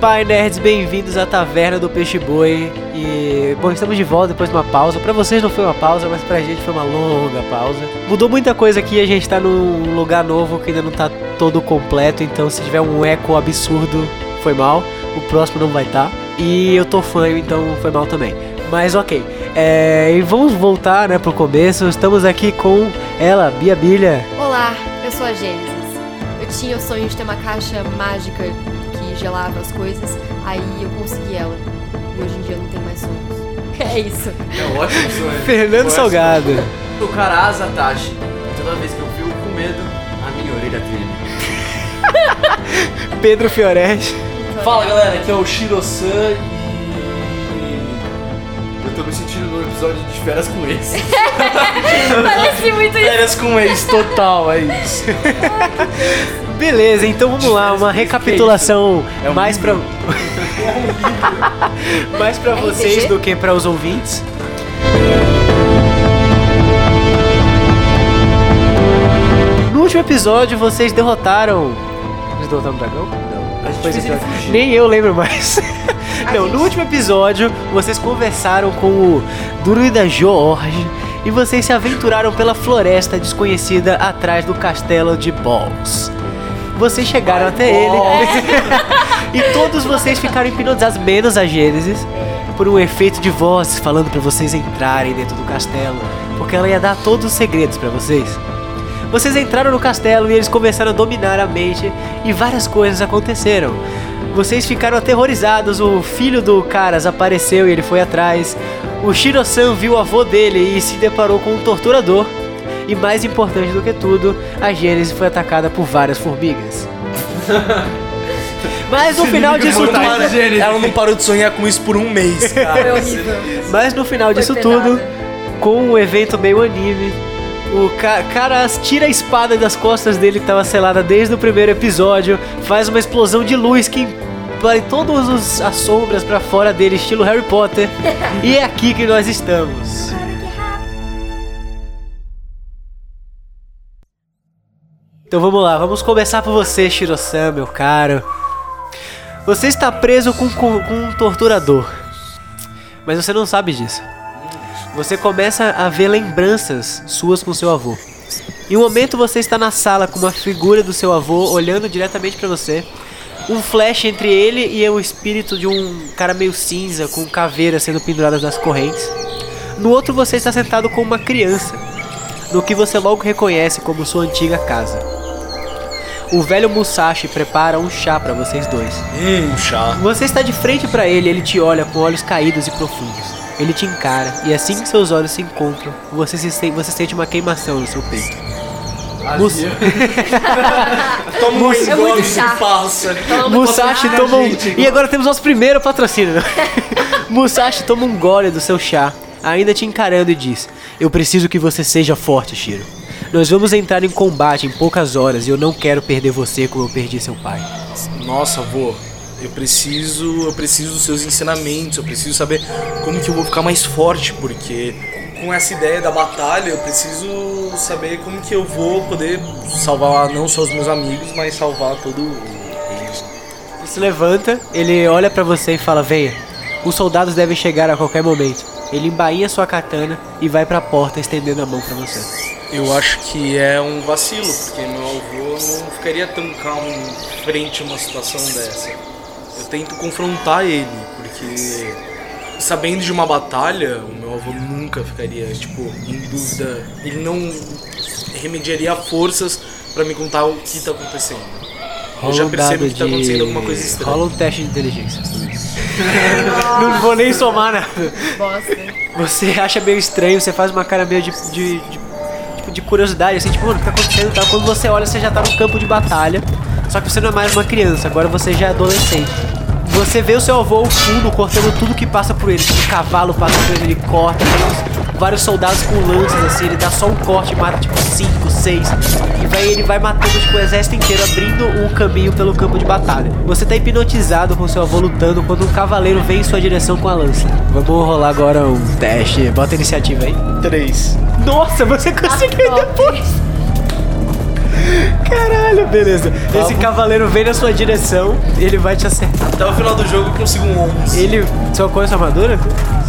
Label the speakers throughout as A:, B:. A: Olá, nerds, bem-vindos à Taverna do Peixe Boi. E, bom, estamos de volta depois de uma pausa. Pra vocês não foi uma pausa, mas pra gente foi uma longa pausa. Mudou muita coisa aqui, a gente tá num lugar novo que ainda não tá todo completo, então se tiver um eco absurdo, foi mal. O próximo não vai estar. Tá. E eu tô fanho, então foi mal também. Mas ok. É, e vamos voltar, né, pro começo. Estamos aqui com ela, Bia Bilha.
B: Olá, eu sou a Gênesis. Eu tinha o sonho de ter uma caixa mágica que gelava as coisas, aí eu consegui ela. E hoje em dia eu não tenho mais sonhos. É isso.
C: É um ótimo sonho.
A: Fernando
C: Ótimo.
A: Salgado.
C: O cara asa Tashi. Toda vez que eu fico com medo, a minha orelha treme.
A: Pedro Fioreste.
C: Fala galera, aqui é o Shiro-san e. Eu tô me sentindo no episódio de férias com ex.
B: Parece muito isso.
C: férias com ex, total, é isso.
A: Beleza, então vamos lá, uma recapitulação
C: É um
A: mais pra mais para vocês
B: RPG?
A: do que pra os ouvintes. No último episódio vocês derrotaram. Vocês derrotaram o dragão? Não.
C: A gente
A: Pois
C: fez ele
A: é,
C: fugir.
A: nem eu lembro mais.
B: A
A: Não,
B: gente-
A: no último episódio vocês conversaram com o Druida George e vocês se aventuraram pela floresta desconhecida atrás do castelo de Balls. Vocês chegaram até ele e todos vocês ficaram hipnotizados, menos a Gênesis, por um efeito de voz falando pra vocês entrarem dentro do castelo, porque ela ia dar todos os segredos pra vocês. Vocês entraram no castelo e eles começaram a dominar a mente e várias coisas aconteceram. Vocês ficaram aterrorizados, o filho do Caras apareceu e ele foi atrás. O Shiro-san viu o avô dele e se deparou com um torturador. E mais importante do que tudo, a Gênesis foi atacada por várias formigas. Mas no final disso tudo,
D: Ela não parou de sonhar com isso por um mês, cara.
B: Foi horrível.
A: Mas no final
B: Foi
A: disso
B: pesado.
A: tudo, com um evento meio anime, o ca cara tira a espada das costas dele que tava selada desde o primeiro episódio, faz uma explosão de luz que vai todas os- as sombras pra fora dele, estilo Harry Potter. e é aqui que nós estamos. Então vamos lá, vamos começar por você, Shiro-san, meu caro. Você está preso com- com- com um torturador. Mas você não sabe disso. Você começa a ver lembranças suas com seu avô. Em um momento você está na sala com uma figura do seu avô olhando diretamente pra você. Um flash entre ele e o espírito de um cara meio cinza com caveiras sendo penduradas nas correntes. No outro você está sentado com uma criança, no que você logo reconhece como sua antiga casa. O velho Musashi prepara um chá pra vocês dois.
D: Hum, chá.
A: Você está de frente para ele, ele te olha com olhos caídos e profundos. Ele te encara e assim que seus olhos se encontram, você se sen- você sente uma queimação no seu peito. Mus-
D: Toma um
B: É
D: engole
B: muito
D: de
B: chá.
D: farsa.
A: Musashi toma um... E agora temos nosso primeiro patrocínio. né? Musashi toma um gole do seu chá, ainda te encarando e diz: "Eu preciso que você seja forte, Shiro. Nós vamos entrar em combate em poucas horas e eu não quero perder você como eu perdi seu pai."
D: Nossa, avô. Eu preciso, eu preciso dos seus ensinamentos, eu preciso saber como que eu vou ficar mais forte, porque com essa ideia da batalha, eu preciso saber como que eu vou poder salvar não só os meus amigos, mas salvar todo o
A: Ele se levanta, ele olha pra você e fala: Venha, os soldados devem chegar a qualquer momento. Ele embainha sua katana e vai pra porta estendendo a mão pra você.
D: Eu acho que é um vacilo, porque meu avô não ficaria tão calmo em frente a uma situação dessa. Eu tento confrontar ele, porque sabendo de uma batalha, o meu avô nunca ficaria, tipo, em dúvida. Ele não remediaria forças pra me contar o que tá acontecendo. Eu já
A: Rola um
D: percebo
A: dado
D: que tá
A: de-
D: acontecendo alguma coisa estranha.
A: Rola um teste de inteligência. Não vou nem somar nada.
B: Bosta.
A: Você acha meio estranho, você faz uma cara meio de. de, de tipo, de curiosidade, assim, tipo, mano, o que tá acontecendo e tal. Quando você olha, você já tá no campo de batalha. Só que você não é mais uma criança, agora você já é adolescente. Você vê o seu avô ao fundo cortando tudo que passa por ele. Tipo, cavalo passa por ele, ele corta. Tem uns- vários soldados com lanças, assim, ele dá só um corte e mata, tipo, cinco, seis. E vai, ele vai matando, tipo, o exército inteiro, abrindo um caminho pelo campo de batalha. Você tá hipnotizado com seu avô lutando quando um cavaleiro vem em sua direção com a lança. Vamos rolar agora um teste. Bota a iniciativa aí.
D: Três.
A: Nossa, você conseguiu
B: Top.
A: depois. Caralho, beleza. Esse cavaleiro vem na sua direção, ele vai te acertar.
D: Até o final do jogo eu consigo um 11.
A: Ele. Só qual é a sua armadura?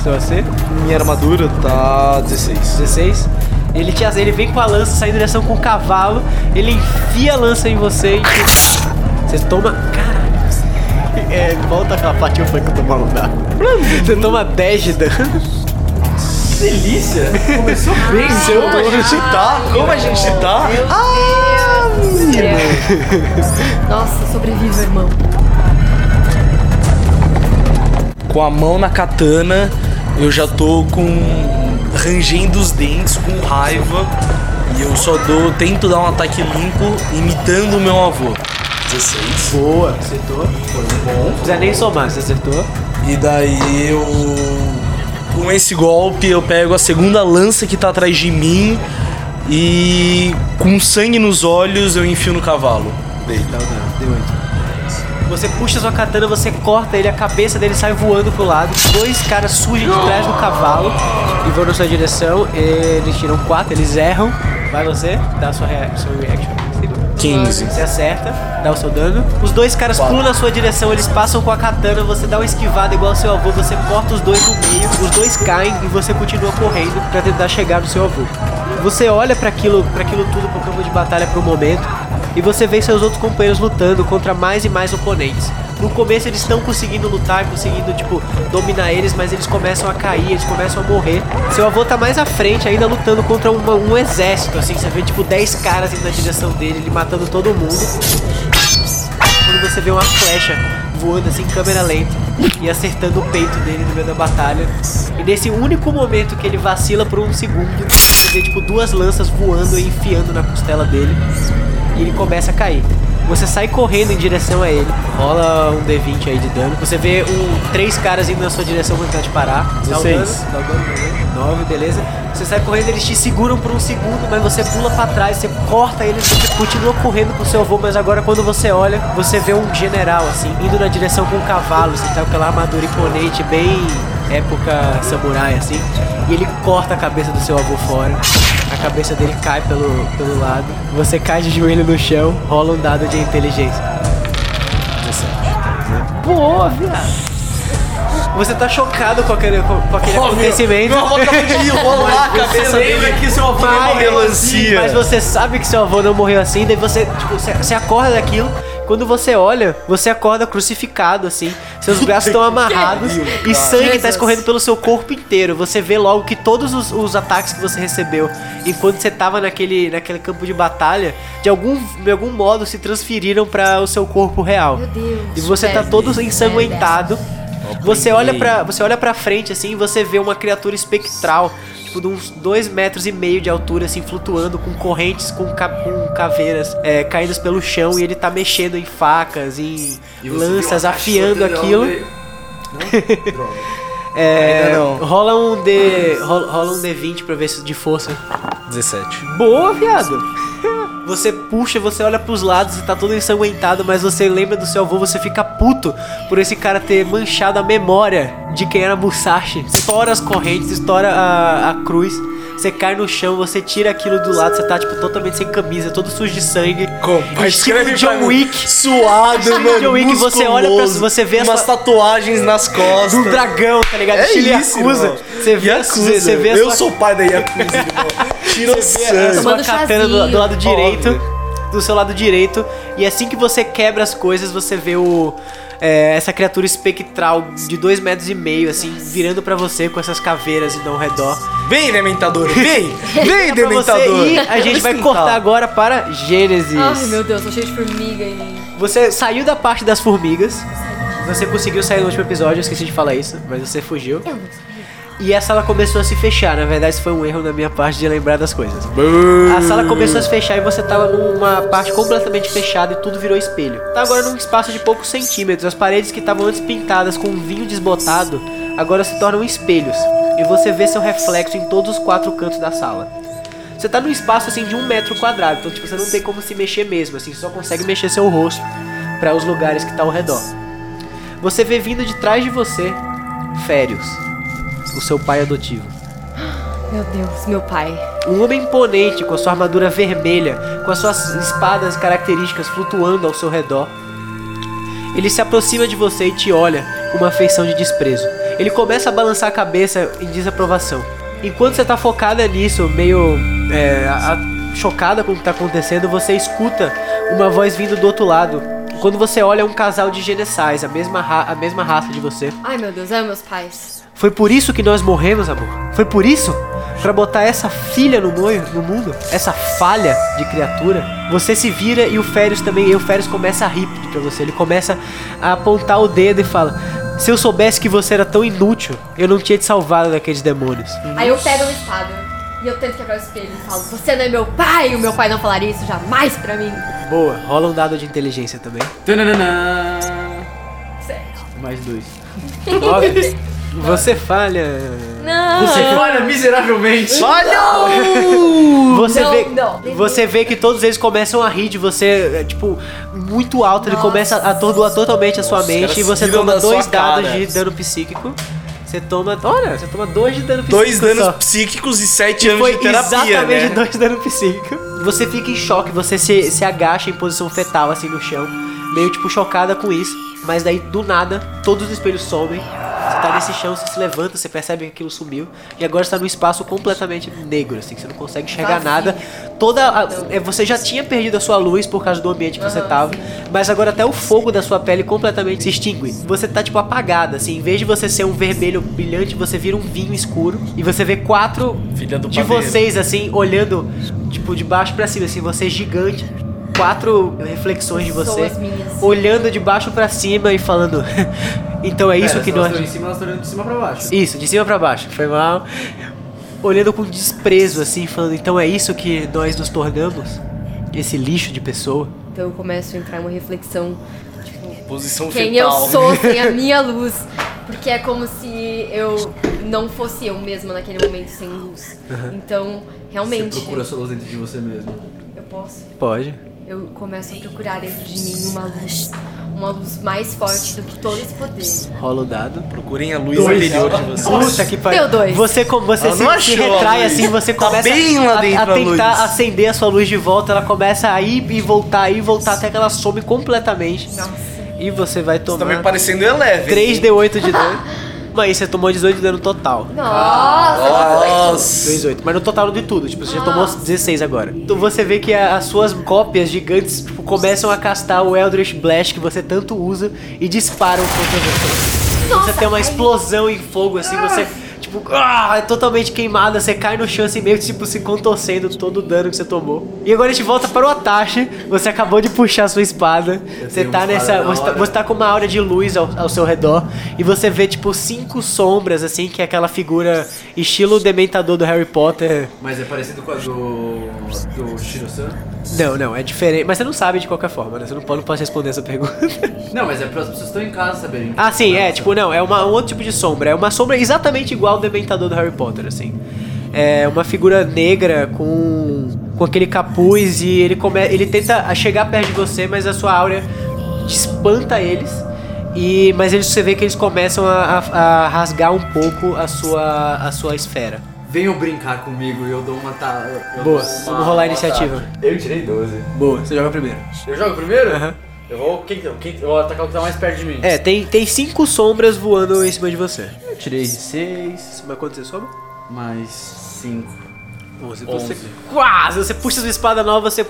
A: Seu AC?
D: Minha armadura tá 16.
A: 16. Ele, te, ele vem com a lança, sai em direção com o cavalo, ele enfia a lança em você e. te- Você toma. Caralho.
E: É, volta aquela parte que eu falei que eu tô maluco.
A: Você toma 10 de dano.
C: Que delícia!
E: Venceu como a gente tá? Como a gente tá? Ah,
B: Nossa, sobreviva, irmão.
D: Com a mão na katana, eu já tô com. rangendo os dentes, com raiva. E eu só dou. tento dar um ataque limpo, imitando o meu avô. 16.
A: Boa, acertou. Foi bom. Não precisa nem somar, você acertou.
D: E daí eu. Com esse golpe, eu pego a segunda lança que tá atrás de mim. E com sangue nos olhos, eu enfio no cavalo.
A: Dá o dano, deu 8. Você puxa sua katana, você corta ele, a cabeça dele sai voando pro lado. Dois caras surgem de trás do cavalo e vão na sua direção. Eles tiram 4, eles erram. Vai você, dá a sua rea seu reaction.
D: 15.
A: Você acerta, dá o seu dano. Os dois caras pulam na sua direção, eles passam com a katana, você dá uma esquivada igual ao seu avô, você corta os dois no meio, os dois caem e você continua correndo pra tentar chegar no seu avô. Você olha pra aquilo, pra aquilo tudo pro campo de batalha por um momento e você vê seus outros companheiros lutando contra mais e mais oponentes. No começo eles estão conseguindo lutar e conseguindo, tipo, dominar eles, mas eles começam a cair, eles começam a morrer. Seu avô tá mais à frente ainda lutando contra uma- um exército, assim, você vê, tipo, 10 caras indo na direção dele, ele matando todo mundo quando você vê uma flecha voando assim em câmera lenta e acertando o peito dele no meio da batalha. E nesse único momento que ele vacila por um segundo, você vê tipo duas lanças voando e enfiando na costela dele e ele começa a cair. Você sai correndo em direção a ele, rola um D20 aí de dano. Você vê um, três caras indo na sua direção pra tentar te parar. Dá o dano,
E: Dezesseis.
A: dá o dano, dá o dano. Nove, beleza. Você sai correndo, eles te seguram por um segundo, mas você pula pra trás, você corta eles, você continua correndo pro seu avô, mas agora quando você olha, você vê um general, assim, indo na direção com um cavalo, assim, tá com aquela armadura imponente, bem época samurai, assim. E ele corta a cabeça do seu avô fora. A cabeça dele cai pelo, pelo lado. Você cai de joelho no chão, rola um dado de inteligência. Boa, viado! Você tá chocado com aquele, com, com aquele acontecimento.
D: tá rolar a cabeça dele que seu avô assim,
A: Mas-
D: melancia.
A: Mas você sabe que seu avô não morreu assim, daí você, tipo, você, você acorda daquilo. Quando você olha, você acorda crucificado, assim. Seus braços estão amarrados e sangue tá escorrendo pelo seu corpo inteiro. Você vê logo que todos os, os ataques que você recebeu enquanto você tava naquele, naquele campo de batalha, de algum, de algum modo se transferiram para o seu corpo real.
B: Meu Deus.
A: E você tá
B: Péssimo,
A: todo
B: né?
A: ensanguentado. Você olha para você olha para frente assim, e você vê uma criatura espectral, tipo de uns dois metros e meio de altura, assim flutuando com correntes, com, ca- com caveiras é, caídas pelo chão e ele tá mexendo em facas, em
C: E você viu
A: lanças,
C: uma
A: afiando
C: caixotão
A: aquilo.
C: de-
A: É,
D: Ainda não.
A: Rola um D, rola, rola um D20 para ver se de força.
D: 17.
A: Boa, viado! Você puxa, você olha pros lados e tá todo ensanguentado, mas você lembra do seu avô, você fica puto por esse cara ter manchado a memória de quem era Musashi. Estoura as correntes, estoura a, a cruz, você cai no chão, você tira aquilo do lado, você tá, tipo, totalmente sem camisa, todo sujo de sangue.
D: Como?
A: Estilo
D: Escreve pra
A: John
D: mim.
A: Wick.
D: Suado,
A: Estilo
D: mano.
A: John Wick, você olha pra- você vê a
D: umas
A: sua-
D: tatuagens nas costas.
A: Do dragão, tá ligado?
D: É
A: Estilo
D: isso,
A: Yakuza.
D: irmão.
A: Você vê, a-
D: Yakuza.
A: você vê a
D: Eu
A: sua
D: sou o pai da Yakuza, irmão. Tira o
A: a
D: sangue.
A: sua
B: Tomando
A: katana do,
B: chazinho.
A: do lado direito.
D: Óbvio.
A: Do seu lado direito. E assim que você quebra as coisas, você vê o. é, essa criatura espectral de dois metros e meio, assim, virando pra você com essas caveiras e ao redor.
D: Vem, dementador. Vem. Vem,
A: Pra você
D: dementador. assim,
A: e a gente vai
D: Esquentar.
A: cortar agora para Gênesis.
B: É Ai, meu Deus, tô cheio de formiga e.
A: Você saiu da parte das formigas. Você conseguiu sair no último episódio, eu esqueci de falar isso, mas você fugiu. E a sala começou a se fechar. Na verdade, isso foi um erro da minha parte de lembrar das coisas. A sala começou a se fechar e você tava numa parte completamente fechada e tudo virou espelho. Tá agora num espaço de poucos centímetros. As paredes que estavam antes pintadas com um vinho desbotado agora se tornam espelhos. E você vê seu reflexo em todos os quatro cantos da sala. Você tá num espaço assim de um metro quadrado, então tipo, você não tem como se mexer mesmo, assim, você só consegue mexer seu rosto para os lugares que tá ao redor. Você vê vindo de trás de você Férios, o seu pai adotivo.
B: Meu Deus, meu pai.
A: Um homem imponente com a sua armadura vermelha, com as suas espadas características flutuando ao seu redor. Ele se aproxima de você e te olha com uma feição de desprezo. Ele começa a balançar a cabeça em desaprovação. Enquanto você tá focada nisso, meio é, a- chocada com o que tá acontecendo, você escuta uma voz vindo do outro lado. Quando você olha, é um casal de genessais, a mesma, ra- a mesma raça de você.
B: Ai, meu Deus, ai, meus pais.
A: Foi por isso que nós morremos, amor. Foi por isso? Pra botar essa filha no, moio, no mundo, essa falha de criatura, você se vira e o Férios também, e o Férios começa a rir pra você. Ele começa a apontar o dedo e fala: Se eu soubesse que você era tão inútil, eu não tinha te salvado daqueles demônios.
B: Aí eu pego uma espada e eu tento quebrar o espelho e falo, você não é meu pai, o meu pai não falaria isso jamais pra mim.
A: Boa, rola um dado de inteligência também.
C: Tananana.
B: Sério.
A: Mais dois. Nove. Você falha.
B: Não.
C: Você
A: Ah.
C: falha miseravelmente.
A: Você,
B: Não,
A: vê,
B: não.
A: você vê que todos eles começam a rir de você, é, tipo, muito alto. Ele
B: Nossa.
A: começa a atordoar totalmente a sua
D: Nossa, os
A: mente
D: caras
A: e você
D: se viram
A: toma
D: na sua
A: dois dados
D: cara.
A: de dano psíquico. Você toma. Olha, você toma dois de dano psíquico.
D: Dois danos
A: só.
D: psíquicos e sete
A: E
D: anos
A: foi
D: de terapia,
A: exatamente
D: né?
A: dois dano psíquico. Você fica em choque, você se, se agacha em posição fetal, assim, no chão. Meio, tipo, chocada com isso. Mas daí, do nada, todos os espelhos somem. Você tá nesse chão, você se levanta, você percebe que aquilo sumiu. E agora você tá num espaço completamente negro, assim, que você não consegue enxergar
B: Vazio.
A: nada. Toda a- é, Você já tinha perdido a sua luz por causa do ambiente que você
B: Aham,
A: tava. Mas agora até o fogo da sua pele completamente se extingue. Você tá, tipo, apagada, assim. Em vez de você ser um vermelho brilhante, você vira um vinho escuro. E você vê quatro
D: Filha do
A: de
D: padeiro.
A: vocês, assim, olhando, tipo, de baixo pra cima, assim, você gigante. Quatro reflexões de você.
B: Pessoas minhas.
A: Olhando de baixo pra cima e falando. então é isso
C: Pera,
A: que
C: elas
A: nós.
C: estão em cima, elas estão olhando de cima pra baixo.
A: Isso, de cima pra baixo, foi mal. Olhando com desprezo, assim, falando, então é isso que nós nos tornamos? Esse lixo de pessoa.
B: Então eu começo a entrar em uma reflexão, tipo,
D: Posição
B: quem
D: fetal.
B: eu sou sem a minha luz. Porque é como se eu não fosse eu mesma naquele momento sem luz. Então,
C: Você
B: realmente,
C: procura sua luz dentro de você mesmo.
B: eu posso.
A: Pode.
B: Eu começo a procurar dentro de mim uma luz. Uma luz mais forte do que todo esse poder.
A: Rola o dado.
D: Procurem a luz
C: Dois.
D: interior de vocês.
A: Puta que pariu.
B: Deu dois.
A: Você, com- você
D: Ela
A: se,
D: Ah, não
A: se
D: achou a
A: retrai
D: luz.
A: assim, você
D: Tá
A: começa
D: bem lá
A: a-
D: dentro
A: a,
D: a luz.
A: tentar acender a sua luz de volta. Ela começa a ir e voltar, ir e voltar até que ela some completamente.
B: Nossa.
A: E você vai
D: Você tá me
A: tomar
D: parecendo eleve.
A: 3D8 de dano. Mas você tomou 18 de dano total.
C: Ah,
B: Nossa!
D: Nossa.
A: 2,8. Mas no total de tudo, tipo, você já tomou
B: Nossa.
A: 16 agora. Então você vê que a- as suas cópias gigantes tipo, começam a castar o Eldritch Blast que você tanto usa e disparam contra você. Então
B: Nossa,
A: você tem uma
B: ai.
A: explosão em fogo, assim, você, tipo, ah, é totalmente queimada, você cai no chão assim, meio que, tipo, se contorcendo de todo o dano que você tomou. E agora a gente volta para o Atashi, você acabou de puxar a sua espada, você
C: tenho
A: tá
C: uma
A: nessa,
C: espada da
A: você tá,
C: hora.
A: você tá com uma aura de luz ao, ao seu redor e você vê, tipo, cinco sombras, assim, que é aquela figura estilo dementador do Harry Potter.
C: Mas é parecido com a do. do Shiro-san?
A: Não, não, é diferente. Mas você não sabe de qualquer forma, né? Você não pode, não posso responder essa pergunta.
C: Não, mas é para as pessoas que estão em casa saberem.
A: ah, sim, é,
C: Nossa.
A: tipo, não, é uma- um outro tipo de sombra. É uma sombra exatamente igual ao dementador do Harry Potter, assim. É uma figura negra com, com aquele capuz e ele, come, ele tenta chegar perto de você, mas a sua áurea te espanta eles. E, mas eles, você vê que eles começam a, a- a rasgar um pouco a sua, a sua esfera.
C: Venham brincar comigo e eu dou uma. Ta... eu- eu
A: Boa,
C: dou uma-
A: vamos rolar a
C: uma
A: iniciativa.
C: ataque.
E: Eu tirei 12.
A: Boa, você joga primeiro.
C: Eu jogo primeiro?
A: Aham.
C: Eu vou. Quem, quem, eu vou atacar o que tá mais perto de mim.
A: É, tem, tem cinco sombras voando em cima de você.
C: Eu tirei 6
A: Mas quando você soma?
C: mais 5.
A: 11. Então
C: Onze.
A: você quase, você puxa sua espada nova, você.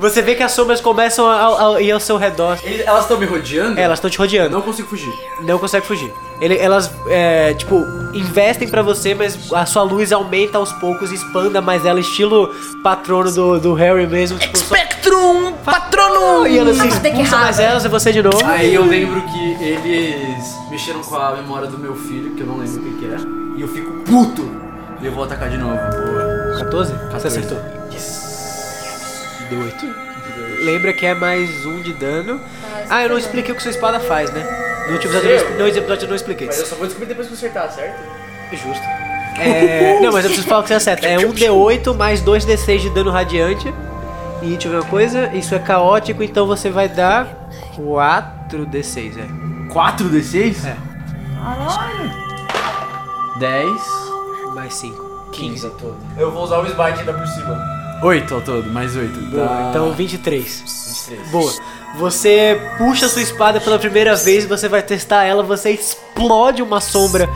A: Você vê que as sombras começam a, a- a ir ao seu redor.
C: Elas estão me rodeando?
A: É, elas estão te
C: Eu
A: rodeando,
C: não consigo fugir.
A: não, consegue fugir. Ele- elas, é, tipo, investem pra você, mas a sua luz aumenta aos poucos, expanda mais ela, estilo patrono do, do Harry mesmo. Tipo, só-
D: Spectrum Patronum.
A: E elas se
B: Nossa, tem que
A: expulsam
B: errar, né?
A: mais
B: velho.
A: elas e você de novo.
C: Aí eu lembro que eles mexeram com a memória do meu filho, que eu não lembro o que, que é. E eu fico puto. E eu vou atacar de novo. Boa.
A: 14? Você
C: 14.
A: acertou. Deu 8. Lembra que é mais um de dano. Ah, eu não expliquei o que sua espada faz, né? No último episódio, eu não expli- no último episódio eu não expliquei.
C: só vou descobrir depois que eu acertar, certo?
A: Justo. É, não, mas eu preciso falar o que você acerta. É um D8 mais 2 D6 de dano radiante. E deixa eu ver uma coisa. Isso é caótico, então você vai dar 4 D6, é.
C: 4 D6?
A: É.
C: Caralho. 10.
A: Mais 5.
D: 15 a todo.
E: Eu vou usar o smite ainda por cima.
C: 8 ao todo, mais Tá. 8.
A: Boa, então 23.
C: 23.
A: Boa. Você puxa sua espada pela primeira vez, você vai testar ela, você explode uma sombra.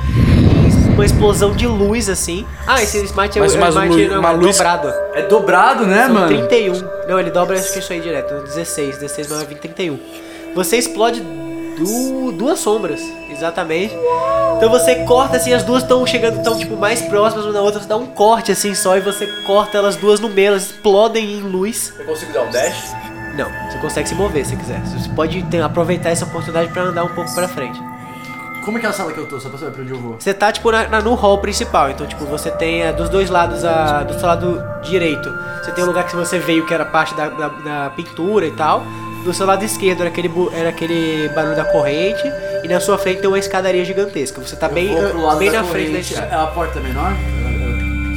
A: Uma explosão de luz assim. Ah, esse smite é
D: Mas
A: o
D: uma
A: smite
D: luz-
A: não,
D: uma
A: é
D: luz-
A: dobrado.
C: É dobrado, né,
A: São
C: mano?
A: 31. Não, ele dobra acho que é isso aí direto. 16, 16 não é 20, 31. Você explode du- duas sombras, exatamente. Então você corta assim, as duas estão chegando, estão tipo mais próximas uma da outra, você dá um corte assim só e você corta elas duas no meio, elas explodem em luz.
E: Eu consigo dar um dash?
A: Não, você consegue se mover se quiser. Você pode ter- aproveitar essa oportunidade pra andar um pouco pra frente.
C: Como é que é a sala que eu tô? Só pra saber pra onde eu vou.
A: Você tá, tipo, na, na- no hall principal. Então, tipo, você tem eh, dos dois lados, a, do seu lado direito, você tem o lugar que você veio, que era parte da, da- da pintura e tal. Do seu lado esquerdo era aquele, bu- era aquele barulho da corrente. E na sua frente tem uma escadaria gigantesca. Você tá bem,
C: eu vou pro lado
A: bem
C: da
A: na frente da
C: corrente.
A: escada.
C: É a porta menor?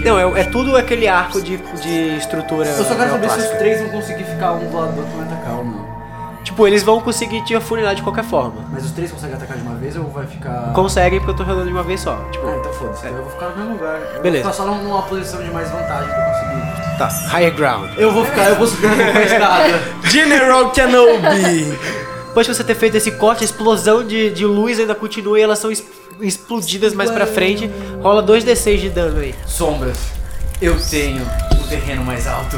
A: Não, é, é tudo aquele arco de, de estrutura.
C: Eu só quero saber se
A: neoclássica.
C: os três vão conseguir ficar um do lado do outro e atacar ou não.
A: Tipo, eles vão conseguir te afunilar de qualquer forma.
C: Mas os três conseguem atacar de uma vez ou vai ficar.
A: Conseguem, porque eu tô jogando de uma vez só. Tipo,
C: Ah, então foda-se. Então Eu vou ficar no mesmo lugar. Eu
A: Beleza.
C: Vou ficar só numa posição de mais vantagem pra conseguir.
A: tá. Higher ground.
C: Eu vou ficar, eu vou subir na escada.
D: General Kenobi!
A: Depois de você ter feito esse corte, a explosão de, de luz ainda continua e elas são es- explodidas mais pra frente. Rola 2d6 de dano aí.
C: Sombras. Eu tenho o terreno mais alto.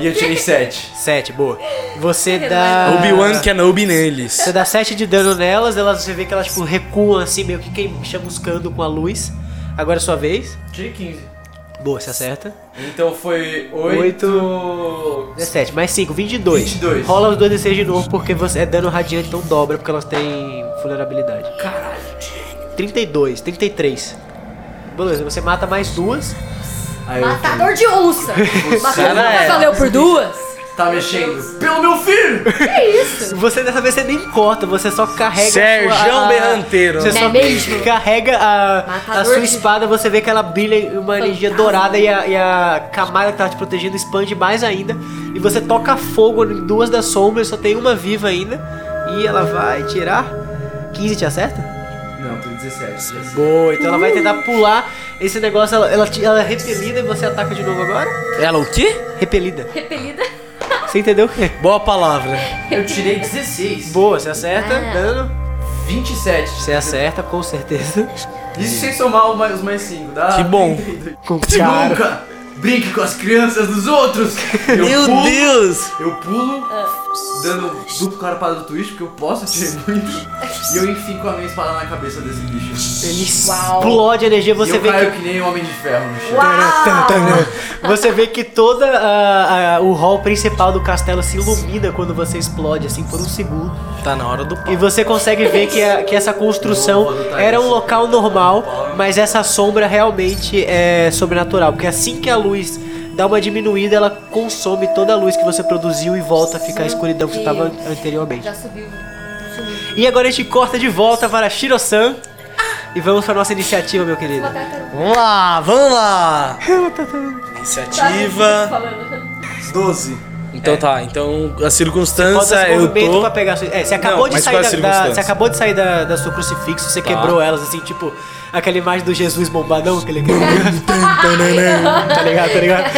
C: e eu tirei 7.
A: 7, boa. Você dá.
D: Obi-Wan Kenobi neles.
A: Você dá 7 de dano nelas, elas, você vê que elas tipo, recuam assim, meio que quem- chamuscando com a luz. Agora é sua vez.
E: Tirei 15.
A: Boa, você acerta.
E: Então foi
A: Oito.
E: 8.
A: 17, mais 5, 22.
E: 22.
A: Rola os 2d6 de novo, porque você é dano radiante, então dobra, porque elas têm vulnerabilidade. Caralho. 32, 33. Beleza, você mata mais duas.
C: Aí eu falei,
B: Matador de onça. Matador
D: Cara, é.
B: não valeu por duas?
C: tá mexendo pelo meu filho!
A: Você dessa vez você nem corta, você só carrega. a
D: Serjão
A: sua- a-
D: Berranteiro.
A: Você
B: Não
A: só
B: é mesmo?
A: carrega a,
B: Matador
A: a sua
B: de-
A: espada, você vê que ela brilha em uma energia dourada e a, e a camada que tá te protegendo expande mais ainda. E você toca fogo em duas das sombras, só tem uma viva ainda. E ela vai tirar. 15 te acerta?
C: Não, tô 17.
A: Boa, então ela vai tentar pular esse negócio, ela, ela, te- ela é repelida e você ataca de novo agora?
D: Ela o quê?
A: Repelida.
B: Repelida.
A: Você entendeu o quê?
D: Boa palavra.
C: Eu tirei 16.
A: Boa, você acerta,
B: Ah.
A: dano.
C: 27.
A: Você acerta, com certeza.
C: Isso sem somar o mais- os mais 5, dá?
D: Que bom.
C: 32.
A: Com cara.
C: Nunca brinque com as crianças dos outros! Eu
D: Meu
C: pulo,
D: Deus!
C: Eu pulo, dando um duplo carapada do twist, porque eu posso tirar muito. e eu enfio com a minha espada na cabeça desse bicho.
A: Ele
B: Uau.
A: explode a energia, você
C: e eu
A: vê
C: caio
A: que.
C: que... nem um homem de ferro no chão.
A: Você vê que toda a- a- o hall principal do castelo se ilumina quando você explode, assim, por um segundo.
D: Tá na hora do
A: E
D: pau.
A: você consegue ver que, a- que essa construção era um local normal, mas essa sombra realmente é sobrenatural. Porque assim que a luz dá uma diminuída, ela consome toda a luz que você produziu e volta a ficar a escuridão que estava anteriormente.
B: Já subiu. subiu.
A: E agora a gente corta de volta para Shiro-san. E vamos para nossa iniciativa, meu querido.
D: Vamos lá, vamos lá! Iniciativa 12. Então tá, então a
A: Bota
D: circunstância
A: esse
D: eu
A: um movimento pra
D: tô.
A: pegar sua... É, você acabou,
D: Não,
A: de
D: mas Tá.
A: sair
D: qual
A: da,
D: é a
A: da,
D: circunstância?
A: você acabou de sair da, da sua crucifixo, você quebrou elas, assim, tipo... Aquela imagem do Jesus bombadão, aquele... tá ligado, tá ligado?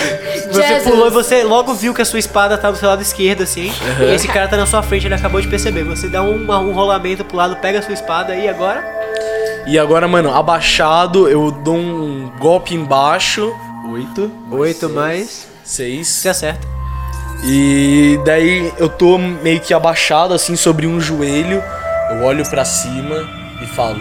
A: Você
B: Jesus.
A: pulou e você logo viu que a sua espada tá do seu lado esquerdo, assim. E esse cara tá na sua frente, ele acabou de perceber. Você dá um, um rolamento pro lado, pega a sua espada e agora...
D: E agora, mano, abaixado, eu dou um golpe embaixo. 8.
A: Oito mais...
D: 6.
A: Você acerta.
D: E daí eu tô meio que abaixado assim sobre um joelho. Eu olho pra cima e falo: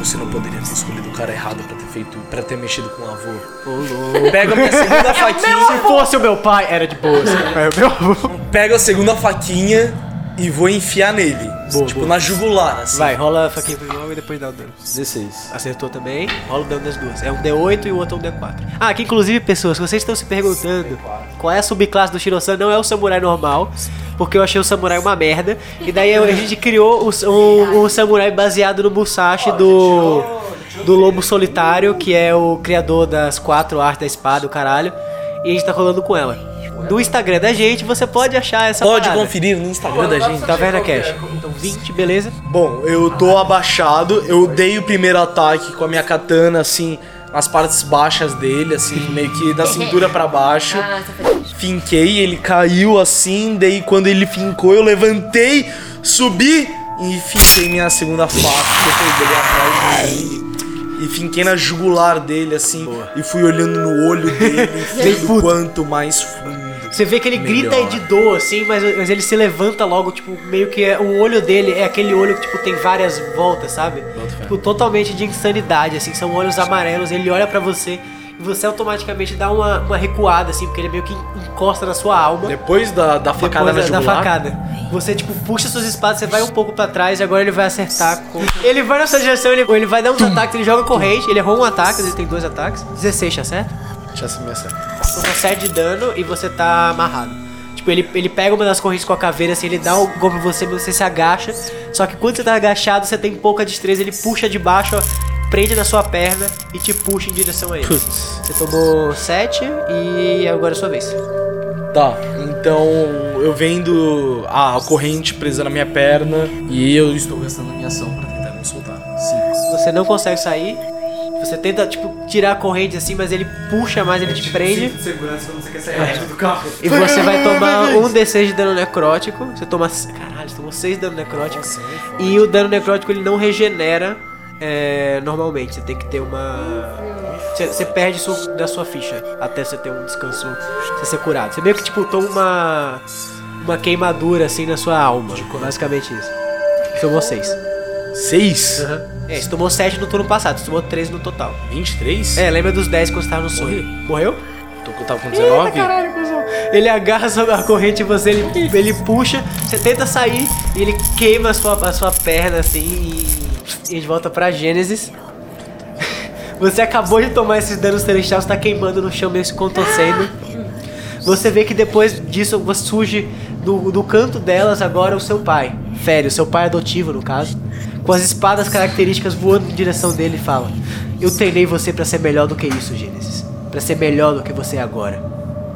D: Você não poderia ter escolhido o cara errado pra ter feito, para ter mexido com o avô.
A: Ô, louco.
D: Pega minha
A: Se
D: segunda faquinha,
A: fosse É o meu pai, era de boa. assim. É o meu avô.
D: pega a segunda faquinha e vou enfiar nele,
A: Boa,
D: tipo
A: boa.
D: na jugular, assim.
A: Vai, rola a faquinha primeiro e depois dá o dano.
D: 16.
A: Acertou também. Rola o dano das duas. É um D8 e o outro é um D4. Ah, aqui inclusive, pessoas, vocês estão se perguntando qual é a subclasse do Shiro-san, não é o samurai normal, porque eu achei o samurai uma merda. E daí a gente criou o, o, o samurai baseado no Musashi do, do Lobo Solitário, que é o criador das quatro artes da espada, o caralho. E a gente tá rolando com ela. do Instagram da gente, você pode achar essa
D: Pode
A: parada.
D: conferir no Instagram da gente.
A: Taverna Cash. Então 20, beleza?
D: Bom, eu tô abaixado, eu dei o primeiro ataque com a minha katana, assim, nas partes baixas dele, assim, meio que da cintura pra baixo.
B: Ah, você fez.
D: Finquei, ele caiu assim, daí quando ele fincou, eu levantei, subi e finquei minha segunda faca, que eu peguei atrás dele. E finquei na jugular dele, assim, e fui olhando no olho dele,
A: Bem
D: e fui
A: puto.
D: quanto mais fundo.
A: Você vê que ele
D: Melhor.
A: grita de dor, assim, mas, mas ele se levanta logo, tipo, meio que é- o olho dele é aquele olho que, tipo, tem várias voltas, sabe? Tipo, totalmente de insanidade, assim, são olhos amarelos, ele olha pra você e você automaticamente dá uma, uma recuada, assim, porque ele meio que encosta na sua alma.
D: Depois da, da é facada
A: Depois
D: na
A: da
D: jugular,
A: facada. Você, tipo, puxa suas espadas, você vai um pouco pra trás e agora ele vai acertar com... Ele vai na sua direção, ele, ele vai dar uns ataques, ele joga corrente, ele errou um ataque, ele tem dois ataques. 16, tá certo?
D: Deixa eu se me acertar.
A: Sofre 7 de dano tá e você tá amarrado. Tipo, ele, ele pega uma das correntes com a caveira, assim, ele dá um golpe em você, mas você se agacha. Só que quando você tá agachado, você tem pouca destreza, ele puxa de baixo, ó, prende na sua perna e te puxa em direção a ele.
D: Putz.
A: Você tomou 7 e agora é sua vez.
D: Tá, então eu vendo a corrente presa na minha perna e eu estou gastando a minha ação pra tentar me soltar. Sim.
A: Você não consegue sair. Você tenta, tipo, tirar a corrente assim, mas ele puxa mais, ele te prende.
C: Cinto de segurança quando você quer sair rápido é do carro.
A: E você vai tomar um D6 de dano necrótico. Você toma. Caralho, você tomou 6 de dano necrótico. E o dano necrótico ele não regenera é, normalmente. Você tem que ter uma. Você, você perde isso da sua ficha até você ter um descanso, você ser curado. Você meio que tipo toma uma. Uma queimadura assim na sua alma. Basicamente isso. Você Tomou 6.
D: Seis?
A: É, você tomou 7 no turno passado, você tomou 3 no total.
D: 23?
A: É, lembra dos 10 quando você tava no sonho. Morreu?
D: Tô, eu tava com 19?
A: Caralho, cuzão. Ele agarra a corrente em você, ele, ele puxa, você tenta sair e ele queima a sua, a sua perna assim e, e a gente volta pra Gênesis. Você acabou de tomar esses danos celestiais, você tá queimando no chão meio se contorcendo. Você vê que depois disso você surge do, do canto delas agora o seu pai, Fério, seu pai adotivo no caso, com as espadas características voando em direção dele e fala: Eu treinei você pra ser melhor do que isso, Gênesis. Pra ser melhor do que você é agora.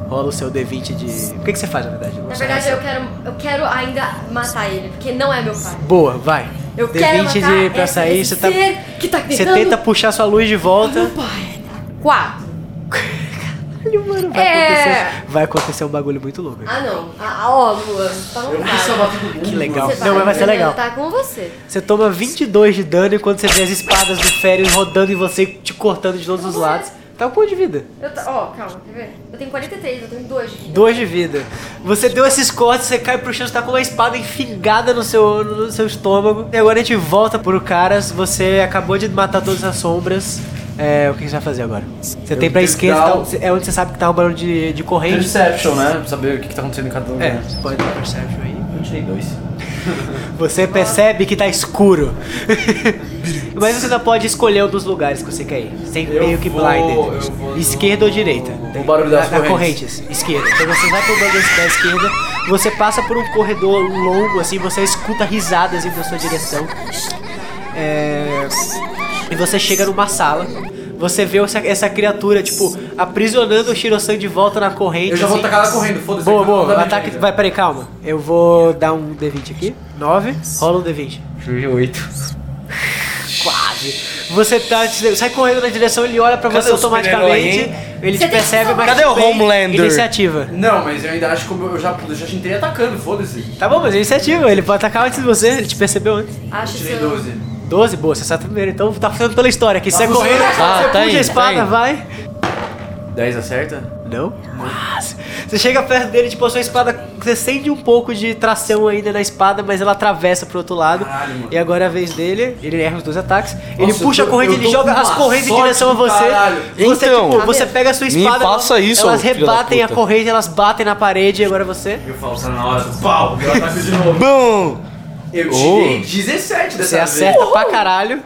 A: Rola o seu D20 de. O que, que você faz na verdade?
B: Na verdade, eu quero, eu quero ainda matar ele, porque não é meu pai.
A: Boa, vai.
B: Eu
A: D20
B: quero matar
A: de pra
B: esse-
A: sair, você
B: esse
A: tá.
B: ser que tá
A: Você
B: tentando-
A: tenta puxar sua luz de volta.
B: Pai. Quatro.
A: Vai,
B: É.
A: acontecer, vai acontecer um bagulho muito louco.
B: Ah, não. Ah, ó, Lua. Tá no
C: é
A: Que legal. Não, mas vai ser legal.
B: Tá com você.
A: Você toma 22 de dano enquanto você vê as espadas do Férias rodando em você e te cortando de todos os lados. Tá um ponto de vida.
B: Eu tá- Ó, calma, quer ver? Eu tenho 43, eu tenho 2 de vida.
A: Dois de vida. Você deu esses cortes, você cai pro chão, você tá com uma espada enfingada no seu, no seu estômago. E agora a gente volta pro Caras. Você acabou de matar todas as sombras. É, o que que você vai fazer agora? Você tem pra
C: tenho que
A: esquerda,
C: dar
A: tá-
C: um-
A: é onde você sabe que tá o barulho de, de corrente.
C: Perception, né? Pra saber o que que tá acontecendo em cada lugar.
A: É, você pode dar perception aí.
C: Eu tirei dois.
A: Você percebe que tá escuro. Mas você ainda pode escolher um dos lugares que você quer ir. Sem
C: Eu
A: meio que
C: vou-
A: blinded.
C: eu vou
A: Esquerda ou direita?
C: O barulho das
A: Na- na
C: correntes.
A: correntes. Esquerda. Então você vai pro barulho da esquerda, você passa por um corredor longo, assim, você escuta risadas indo na sua direção. É, E você chega numa sala. Você vê essa, essa criatura, tipo, aprisionando o Shirosan de volta na corrente.
C: Eu já vou
A: assim.
C: tacar ela correndo, foda-se.
A: Boa, boa.
C: Não dá
A: O ataque.
C: merda.
A: Vai, peraí, calma. Eu vou dar um D20 aqui. 9. Rola um D20.
C: Tirei oito.
A: Quase. Você tá. Sai correndo na direção, ele olha pra
D: Cadê
A: você
D: o super-herói,
A: automaticamente.
D: hein?
A: Ele
B: Você
A: te
B: tem que
A: percebe, mas.
D: Cadê
A: tudo
D: o
A: bem,
D: Homelander?
A: Iniciativa.
C: Não, mas eu ainda acho que eu eu já, eu já tentei atacando, foda-se.
A: Tá bom, mas é iniciativa. Ele pode atacar antes de você, ele te percebeu antes.
B: Acho
C: Tirei
B: seu...
C: doze.
A: 12, boa, você sai primeiro. Então tá ficando pela história aqui. Sai
C: funcionando.
A: correndo,
D: Ah,
A: você
D: tá
A: puxa
D: indo,
A: a
D: tá
A: espada,
D: indo.
A: vai.
C: Dez acerta?
A: Não? Mas você chega perto dele, tipo, a sua espada. Você sente um pouco de tração ainda na espada, mas ela atravessa pro outro lado.
C: Caralho, mano.
A: e agora é a vez dele, ele erra os dois ataques. ele
C: Nossa,
A: puxa
C: eu
A: a
C: tô-
A: corrente,
C: eu
A: ele
C: tô
A: joga
C: com
A: as
C: uma
A: correntes em direção a
C: sorte do
A: você.
C: caralho.
A: Você,
D: Então,
A: tipo, você pega a sua
D: me
A: espada.
D: passa
A: elas-
D: isso,
A: elas
D: ô filho da
A: rebatem a
D: puta.
A: corrente, elas batem na parede e agora você.
C: Eu falo, tá na hora do pau, eu ataco de novo.
D: Bom!
C: Eu
D: Oh.
C: tirei 17 dessa
A: Você
C: vez.
A: acerta pra caralho.